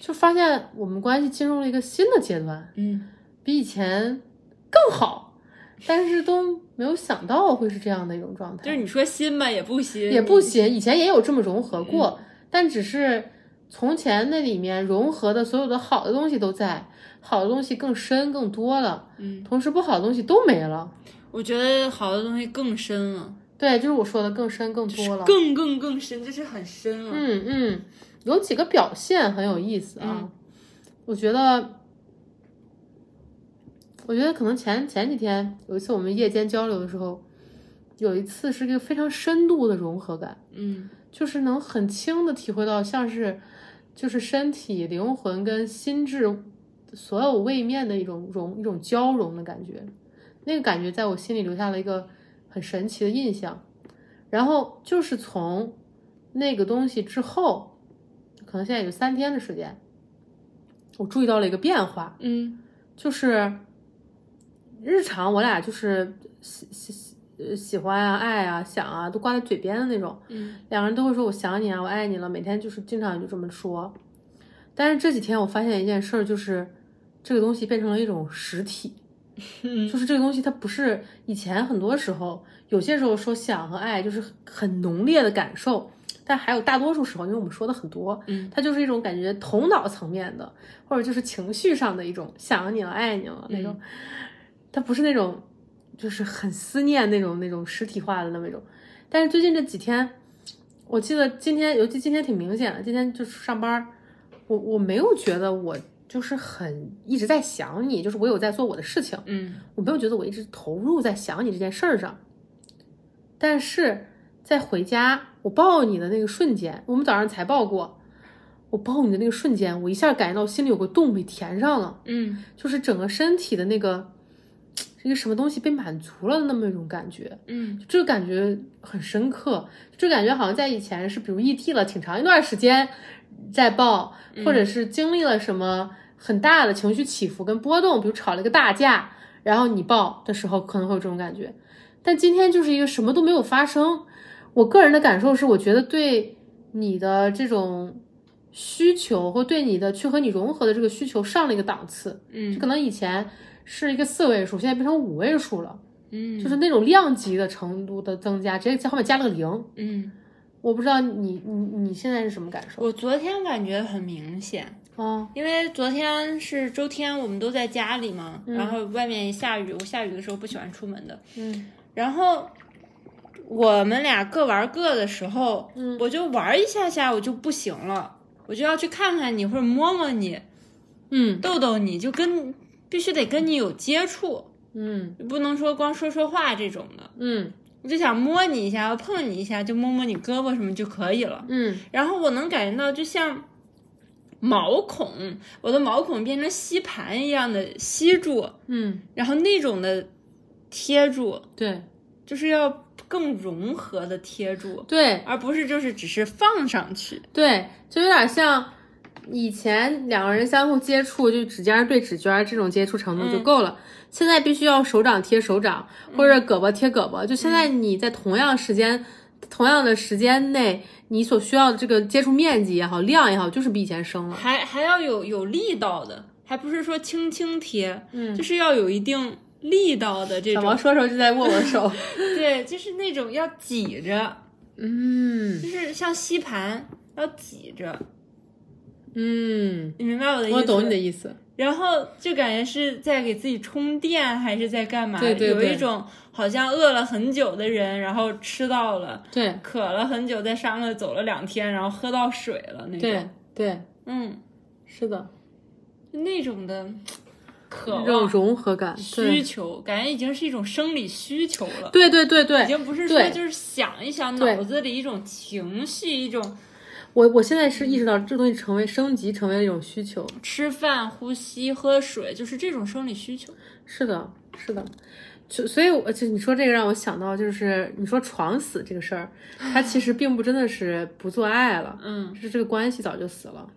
[SPEAKER 1] 就发现我们关系进入了一个新的阶段，
[SPEAKER 2] 嗯，
[SPEAKER 1] 比以前更好，但是都没有想到会是这样的一种状态，
[SPEAKER 2] 就是你说新吧，也不新，
[SPEAKER 1] 也不行，以前也有这么融合
[SPEAKER 2] 嗯
[SPEAKER 1] 过，但只是从前那里面融合的所有的好的东西都在，好的东西更深更多了，
[SPEAKER 2] 嗯，
[SPEAKER 1] 同时不好的东西都没了。
[SPEAKER 2] 我觉得好的东西更深了，
[SPEAKER 1] 对，就是我说的更深更多了。
[SPEAKER 2] 更更更深，这是很深了。
[SPEAKER 1] 嗯嗯，有几个表现很有意思啊，
[SPEAKER 2] 嗯
[SPEAKER 1] 我觉得。我觉得可能前前几天有一次我们夜间交流的时候，有一次是个非常深度的融合感，
[SPEAKER 2] 嗯
[SPEAKER 1] 就是能很轻的体会到，像是就是身体、灵魂跟心智所有位面的一种融一种交融的感觉，那个感觉在我心里留下了一个很神奇的印象。然后就是从那个东西之后，可能现在有三天的时间，我注意到了一个变化，
[SPEAKER 2] 嗯
[SPEAKER 1] 就是日常我俩就是喜喜喜呃喜欢啊、爱啊、想啊，都挂在嘴边的那种。
[SPEAKER 2] 嗯
[SPEAKER 1] 两个人都会说我想你啊，我爱你了，每天就是经常就这么说。但是这几天我发现一件事儿，就是这个东西变成了一种实体，
[SPEAKER 2] 嗯
[SPEAKER 1] 就是这个东西它不是以前很多时候，有些时候说想和爱就是很浓烈的感受，但还有大多数时候，因为我们说的很多，
[SPEAKER 2] 嗯
[SPEAKER 1] 它就是一种感觉头脑层面的，或者就是情绪上的一种想你了、爱你了那种，它不是那种就是很思念那种那种实体化的那么一种。但是最近这几天，我记得今天，尤其今天挺明显的，今天就是上班儿，我我没有觉得我就是很一直在想你，就是我有在做我的事情，
[SPEAKER 2] 嗯
[SPEAKER 1] 我没有觉得我一直投入在想你这件事儿上，但是在回家我抱你的那个瞬间，我们早上才抱过，我抱你的那个瞬间，我一下感觉到心里有个洞被填上了，
[SPEAKER 2] 嗯
[SPEAKER 1] 就是整个身体的那个一个什么东西被满足了的那么一种感觉，
[SPEAKER 2] 嗯
[SPEAKER 1] 这个感觉很深刻，这感觉好像在以前是比如异地了挺长一段时间在抱，或者是经历了什么很大的情绪起伏跟波动，比如吵了一个大架，然后你抱的时候可能会有这种感觉，但今天就是一个什么都没有发生。我个人的感受是，我觉得对你的这种需求或对你的去和你融合的这个需求上了一个档次，就
[SPEAKER 2] 嗯
[SPEAKER 1] 可能以前是一个四位数，现在变成五位数了。
[SPEAKER 2] 嗯，
[SPEAKER 1] 就是那种量级的程度的增加，直接在后面加了个零。
[SPEAKER 2] 嗯，
[SPEAKER 1] 我不知道你你你现在是什么感受
[SPEAKER 2] 我昨天感觉很明显，
[SPEAKER 1] 啊？
[SPEAKER 2] 因为昨天是周天，我们都在家里嘛，然后外面下雨，我下雨的时候不喜欢出门的。
[SPEAKER 1] 嗯
[SPEAKER 2] 然后我们俩各玩各的时候，
[SPEAKER 1] 嗯
[SPEAKER 2] 我就玩一下下，我就不行了，我就要去看看你或者摸摸你、
[SPEAKER 1] 嗯
[SPEAKER 2] 逗逗你，就跟必须得跟你有接触，
[SPEAKER 1] 嗯
[SPEAKER 2] 不能说光说说话这种的。
[SPEAKER 1] 嗯
[SPEAKER 2] 我就想摸你一下，碰你一下，就摸摸你胳膊什么就可以了。
[SPEAKER 1] 嗯
[SPEAKER 2] 然后我能感觉到，就像毛孔，我的毛孔变成吸盘一样的吸住，
[SPEAKER 1] 嗯，
[SPEAKER 2] 然后那种的贴住，
[SPEAKER 1] 对
[SPEAKER 2] 就是要更融合的贴住，
[SPEAKER 1] 对
[SPEAKER 2] 而不是就是只是放上去。
[SPEAKER 1] 对，就有点像以前两个人相互接触，就指尖儿对指尖儿这种接触程度就够了。现在必须要手掌贴手掌，或者胳膊贴胳膊。就现在你在同样时间、同样的时间内，你所需要的这个接触面积也好，量也好，就是比以前升了。
[SPEAKER 2] 还还要有有力道的，还不是说轻轻贴，
[SPEAKER 1] 嗯
[SPEAKER 2] 就是要有一定力道的这
[SPEAKER 1] 小毛
[SPEAKER 2] 种，
[SPEAKER 1] 说说就在握我手。
[SPEAKER 2] 对，就是那种要挤着，
[SPEAKER 1] 嗯
[SPEAKER 2] 就是像吸盘要挤着，
[SPEAKER 1] 嗯，
[SPEAKER 2] 你明白我的意思？
[SPEAKER 1] 我懂你的意思。
[SPEAKER 2] 然后就感觉是在给自己充电，还是在干嘛？
[SPEAKER 1] 对对对
[SPEAKER 2] 有一种好像饿了很久的人，然后吃到了；
[SPEAKER 1] 对
[SPEAKER 2] 渴了很久，在沙漠走了两天，然后喝到水了那种。
[SPEAKER 1] 对，对，
[SPEAKER 2] 嗯，
[SPEAKER 1] 是的，
[SPEAKER 2] 就那种的渴
[SPEAKER 1] 这种
[SPEAKER 2] 望、
[SPEAKER 1] 融合感，
[SPEAKER 2] 需
[SPEAKER 1] 对
[SPEAKER 2] 求，感觉已经是一种生理需求了。
[SPEAKER 1] 对对对
[SPEAKER 2] 已
[SPEAKER 1] 对，
[SPEAKER 2] 经不是说
[SPEAKER 1] 对
[SPEAKER 2] 就是想一想
[SPEAKER 1] 对
[SPEAKER 2] 脑子里一种情绪，一种
[SPEAKER 1] 我我现在是意识到这东西成为升级，成为了一种需求。
[SPEAKER 2] 吃饭、呼吸、喝水，就是这种生理需求。
[SPEAKER 1] 是的，是的。就所以我，就你说这个让我想到，就是你说床死这个事儿，它其实并不真的是不做爱了，
[SPEAKER 2] 嗯
[SPEAKER 1] 是这个关系早就死了。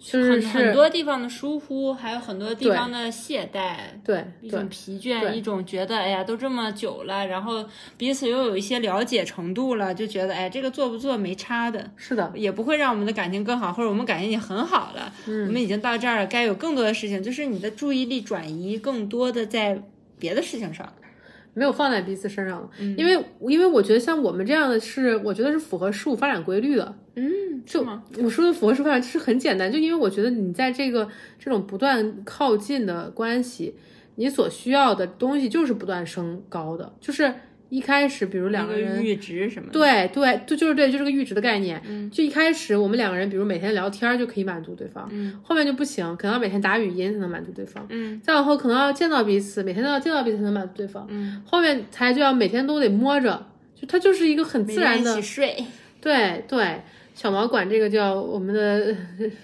[SPEAKER 1] 就是
[SPEAKER 2] 很
[SPEAKER 1] 是
[SPEAKER 2] 很多地方的疏忽，还有很多地
[SPEAKER 1] 对
[SPEAKER 2] 方的懈怠。
[SPEAKER 1] 对
[SPEAKER 2] 一
[SPEAKER 1] 对
[SPEAKER 2] 种疲倦，
[SPEAKER 1] 对
[SPEAKER 2] 一种觉得哎呀都这么久了，然后彼此又有一些了解程度了，就觉得哎这个做不做没差的，
[SPEAKER 1] 是的，
[SPEAKER 2] 也不会让我们的感情更好，或者我们感情已经很好了，
[SPEAKER 1] 嗯
[SPEAKER 2] 我们已经到这儿了，该有更多的事情，就是你的注意力转移更多的在别的事情上。
[SPEAKER 1] 没有放在彼此身上了，
[SPEAKER 2] 嗯
[SPEAKER 1] 因为因为我觉得像我们这样的是，我觉得是符合事物发展规律的。
[SPEAKER 2] 嗯，是
[SPEAKER 1] 就
[SPEAKER 2] 吗？
[SPEAKER 1] 我说的符合事物发展就是很简单，就因为我觉得你在这个这种不断靠近的关系，你所需要的东西就是不断升高的，就是一开始比如两
[SPEAKER 2] 一
[SPEAKER 1] 个
[SPEAKER 2] 个
[SPEAKER 1] 人
[SPEAKER 2] 阈值什么的。，
[SPEAKER 1] 嗯对对，就就是对，就是个阈值的概念。
[SPEAKER 2] 嗯
[SPEAKER 1] 就一开始我们两个人，比如每天聊天儿就可以满足对方，
[SPEAKER 2] 嗯
[SPEAKER 1] 后面就不行，可能要每天打语音才能满足对方，
[SPEAKER 2] 嗯
[SPEAKER 1] 再往后可能要见到彼此，每天都要见到彼此才能满足对方，
[SPEAKER 2] 嗯，
[SPEAKER 1] 后面才就要每天都得摸着，就它就是一个很
[SPEAKER 2] 每
[SPEAKER 1] 自
[SPEAKER 2] 天
[SPEAKER 1] 然
[SPEAKER 2] 一
[SPEAKER 1] 的
[SPEAKER 2] 起，睡，
[SPEAKER 1] 对对。小毛管这个叫我们的， <laughs>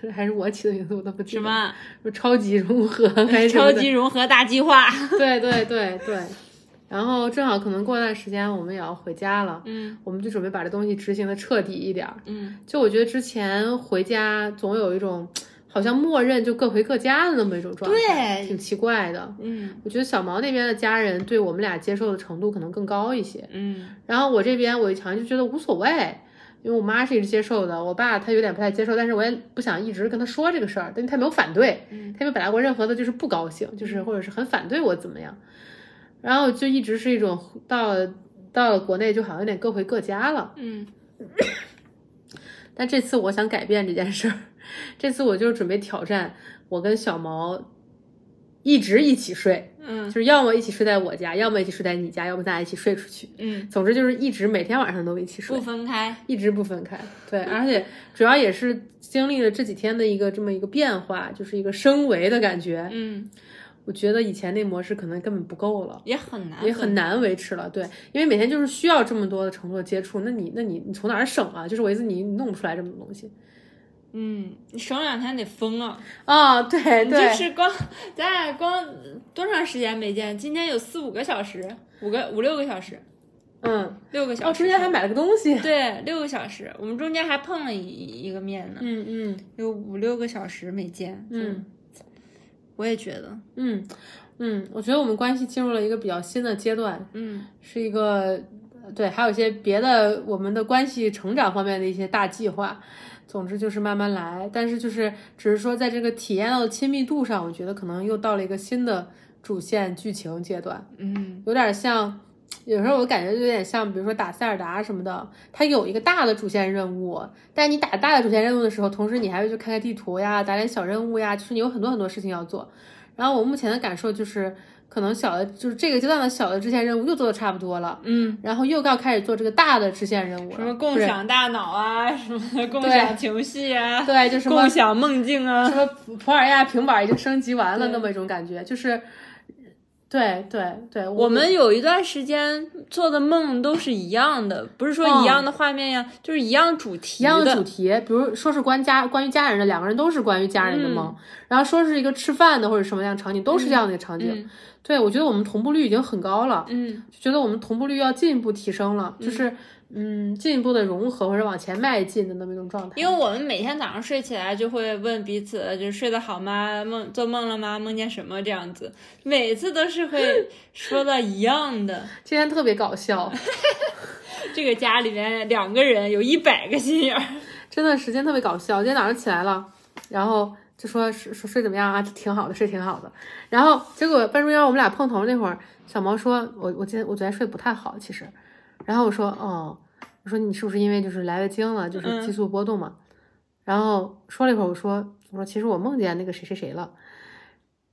[SPEAKER 1] 是还是我起的名字，我都不记
[SPEAKER 2] 什
[SPEAKER 1] 得，
[SPEAKER 2] 么哎
[SPEAKER 1] 么超级融合
[SPEAKER 2] <laughs>
[SPEAKER 1] 还是什么
[SPEAKER 2] 超
[SPEAKER 1] 的
[SPEAKER 2] 级融合大计划。 <laughs>
[SPEAKER 1] 对对对对。然后正好可能过段时间我们也要回家了，
[SPEAKER 2] 嗯
[SPEAKER 1] 我们就准备把这东西执行的彻底一点儿。
[SPEAKER 2] 嗯，
[SPEAKER 1] 就我觉得之前回家总有一种好像默认就各回各家的那么一种状态，
[SPEAKER 2] 对
[SPEAKER 1] 挺奇怪的。
[SPEAKER 2] 嗯
[SPEAKER 1] 我觉得小毛那边的家人对我们俩接受的程度可能更高一些，
[SPEAKER 2] 嗯
[SPEAKER 1] 然后我这边我好像就觉得无所谓，因为我妈是一直接受的，我爸他有点不太接受，但是我也不想一直跟他说这个事儿，但他没有反对，
[SPEAKER 2] 嗯
[SPEAKER 1] 他没有表达过任何的就是不高兴，就是或者是很反对我怎么样，然后就一直是一种到了到了国内就好像有点各回各家了，
[SPEAKER 2] 嗯
[SPEAKER 1] 但这次我想改变这件事儿，这次我就是准备挑战我跟小毛。一直一起睡，就
[SPEAKER 2] 嗯
[SPEAKER 1] 是要么一起睡在我家，要么一起睡在你家，要么咱俩一起睡出去。
[SPEAKER 2] 嗯，
[SPEAKER 1] 总之就是一直每天晚上都一起睡
[SPEAKER 2] 不，分开。
[SPEAKER 1] 一直不分开。对，而且主要也是经历了这几天的一个这么一个变化，就是一个升维的感觉。
[SPEAKER 2] 嗯，
[SPEAKER 1] 我觉得以前那模式可能根本不够了。
[SPEAKER 2] 也很难，
[SPEAKER 1] 也很。难维持了，对，因为每天就是需要这么多的程度的接触，那你那你你从哪儿省啊？就是我意思，你你弄不出来这么多东西
[SPEAKER 2] 嗯，你省两天得疯了。
[SPEAKER 1] 啊、对
[SPEAKER 2] 你
[SPEAKER 1] 对，
[SPEAKER 2] 就是光 <laughs> 咱俩光多长时间没见？今天有四五个小时，五个五六个小时，
[SPEAKER 1] 嗯，
[SPEAKER 2] 六个小时。
[SPEAKER 1] 哦，中间还买了个东西，
[SPEAKER 2] 对六个小时，我们中间还碰了一一个面呢，
[SPEAKER 1] 嗯嗯
[SPEAKER 2] 有五六个小时没见。
[SPEAKER 1] 嗯，
[SPEAKER 2] 我也觉得，
[SPEAKER 1] 嗯嗯，我觉得我们关系进入了一个比较新的阶段，
[SPEAKER 2] 嗯
[SPEAKER 1] 是一个呃对，还有一些别的我们的关系成长方面的一些大计划。总之就是慢慢来，但是就是只是说在这个体验到的亲密度上，我觉得可能又到了一个新的主线剧情阶段，
[SPEAKER 2] 嗯
[SPEAKER 1] 有点像。有时候我感觉就有点像，比如说打塞尔达什么的，它有一个大的主线任务，但你打大的主线任务的时候，同时你还会去看看地图呀，打点小任务呀，就是你有很多很多事情要做。然后我目前的感受就是，可能小的就是这个阶段的小的支线任务又做的差不多了，
[SPEAKER 2] 嗯，
[SPEAKER 1] 然后又要开始做这个大的支线任务了，
[SPEAKER 2] 什么共
[SPEAKER 1] 对
[SPEAKER 2] 享大脑啊，什么共享情绪啊，
[SPEAKER 1] 对，就什么
[SPEAKER 2] 共享梦境啊
[SPEAKER 1] 什。么普普尔亚平板已经升级完了
[SPEAKER 2] 对
[SPEAKER 1] 那么一种感觉，就是，对对对，
[SPEAKER 2] 我们有一段时间做的梦都是一样的，不是说
[SPEAKER 1] 嗯
[SPEAKER 2] 一样的画面呀，就是一样主题
[SPEAKER 1] 一样的主题，比如说是关家关于家人的，两个人都是关于家人的梦，然后说是一个吃饭的或者什么样的场景，都是这样的一个场景。
[SPEAKER 2] 嗯嗯
[SPEAKER 1] 对我觉得我们同步率已经很高了，
[SPEAKER 2] 嗯
[SPEAKER 1] 就觉得我们同步率要进一步提升了，就是嗯进一步的融合或者往前迈进的那么一种状态。
[SPEAKER 2] 因为我们每天早上睡起来就会问彼此，就是睡得好吗？梦做梦了吗？梦见什么这样子，每次都是会说到一样
[SPEAKER 1] <laughs>
[SPEAKER 2] 的。
[SPEAKER 1] 今天特别搞笑，
[SPEAKER 2] 这个家里面两个人有一百个心眼儿， <laughs>
[SPEAKER 1] 真的时间特别搞笑。今天早上起来了，然后就说睡说睡怎么样啊？挺好的，睡挺好的。然后结果半中间我们俩碰头那会儿，小毛说我我今天我昨天睡不太好，其实。然后我说哦，我说你是不是因为就是来月经了，就是激素波动嘛？然后说了一会儿，我说我说其实我梦见那个谁谁谁了。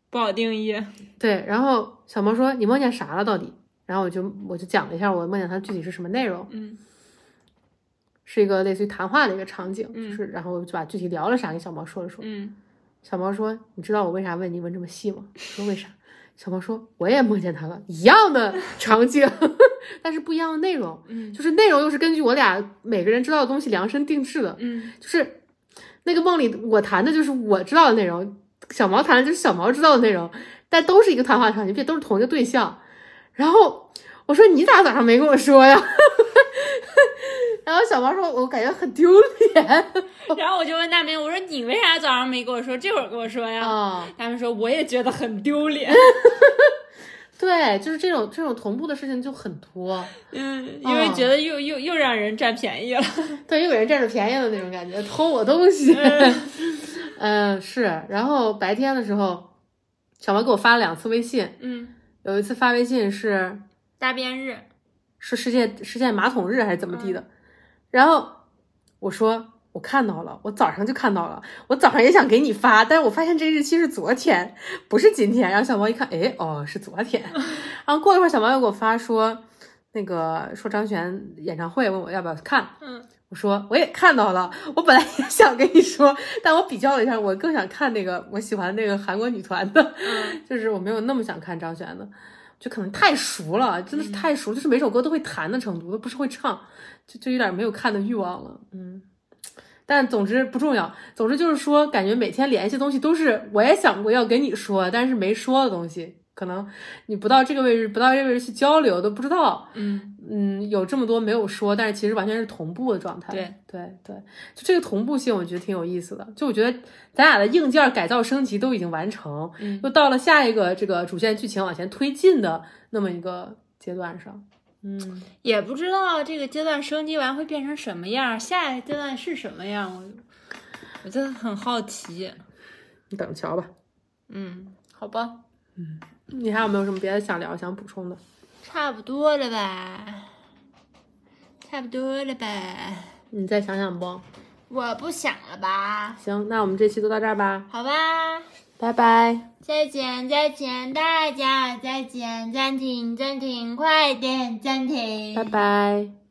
[SPEAKER 2] 不好定义。
[SPEAKER 1] 对，然后小毛说你梦见啥了到底？然后我就我就讲了一下我梦见它具体是什么内容，
[SPEAKER 2] 嗯
[SPEAKER 1] 是一个类似于谈话的一个场景，
[SPEAKER 2] 嗯
[SPEAKER 1] 就是然后我就把具体聊了啥给小毛说了说。
[SPEAKER 2] 嗯
[SPEAKER 1] 小毛说：“你知道我为啥问你问这么细吗？”我说：“为啥？”小毛说：“我也梦见他了，一样的场景， <laughs> 但是不一样的内容，
[SPEAKER 2] 嗯
[SPEAKER 1] 就是内容又是根据我俩每个人知道的东西量身定制的。
[SPEAKER 2] 嗯
[SPEAKER 1] 就是那个梦里我谈的就是我知道的内容，小毛谈的就是小毛知道的内容，但都是一个谈话场景，并且都是同一个对 <laughs> 象。然后我说：‘你咋早上没跟我说呀？’
[SPEAKER 3] 然后小猫说：“我感觉很丢脸
[SPEAKER 2] 然后我就问大明，我说你为啥早上没跟我说，这会儿跟我说呀？
[SPEAKER 1] 嗯
[SPEAKER 3] 啊。
[SPEAKER 2] 大明说我也觉得很丢脸，
[SPEAKER 1] 对，就是这种这种同步的事情就很多，
[SPEAKER 2] 嗯，因为觉得又又又让人占便宜了。
[SPEAKER 3] 对，又给人占着便宜了那种感觉，偷我东西。
[SPEAKER 1] <laughs>
[SPEAKER 2] 嗯
[SPEAKER 1] 嗯，是。然后白天的时候，小毛给我发了两次微信，
[SPEAKER 2] <laughs> 嗯，
[SPEAKER 1] 有一次发微信是
[SPEAKER 2] 大便日，
[SPEAKER 1] 是世界世界马桶日还是怎么地的，然后我说我看到了，我早上就看到了，我早上也想给你发，但是我发现这日期是昨天，不是今天。然后小毛一看，哎，哦，是昨天。然后过一会儿，小毛又给我发说，那个说张悬演唱会，问我要不要看。
[SPEAKER 2] 嗯，
[SPEAKER 1] 我说我也看到了，我本来也想跟你说，但我比较了一下，我更想看那个我喜欢那个韩国女团的， <laughs>
[SPEAKER 2] 嗯
[SPEAKER 1] 就是我没有那么想看张悬的，就可能太熟了，真的是太熟，就是每首歌都会弹的程度，都不是会唱，就就有点没有看的欲望了，嗯。但总之不重要，总之就是说，感觉每天联系的东西都是我也想过要跟你说，但是没说的东西，可能你不到这个位置，不到这个位置去交流都不知道，
[SPEAKER 2] <laughs> 嗯，
[SPEAKER 1] 嗯，有这么多没有说，但是其实完全是同步的状态。
[SPEAKER 2] 对
[SPEAKER 1] 对对，就这个同步性，我觉得挺有意思的。就我觉得咱俩的硬件改造升级都已经完成，
[SPEAKER 2] 嗯
[SPEAKER 1] 又到了下一个这个主线剧情往前推进的那么一个阶段上。嗯，
[SPEAKER 2] 也不知道这个阶段升级完会变成什么样，下一个阶段是什么样，我我真的很好奇。
[SPEAKER 1] 你等着瞧吧。
[SPEAKER 2] 嗯，好吧，
[SPEAKER 1] 嗯你还有没有什么别的想聊、想补充的？
[SPEAKER 2] 差不多了吧，差不多了吧，
[SPEAKER 1] 你再想想不？
[SPEAKER 2] 我不想了吧，
[SPEAKER 1] 行，那我们这期就到这儿吧，
[SPEAKER 2] 好吧。
[SPEAKER 1] 拜拜。
[SPEAKER 2] 再见，再见，大家再见，暂停，暂停，快点暂停，
[SPEAKER 1] 拜拜。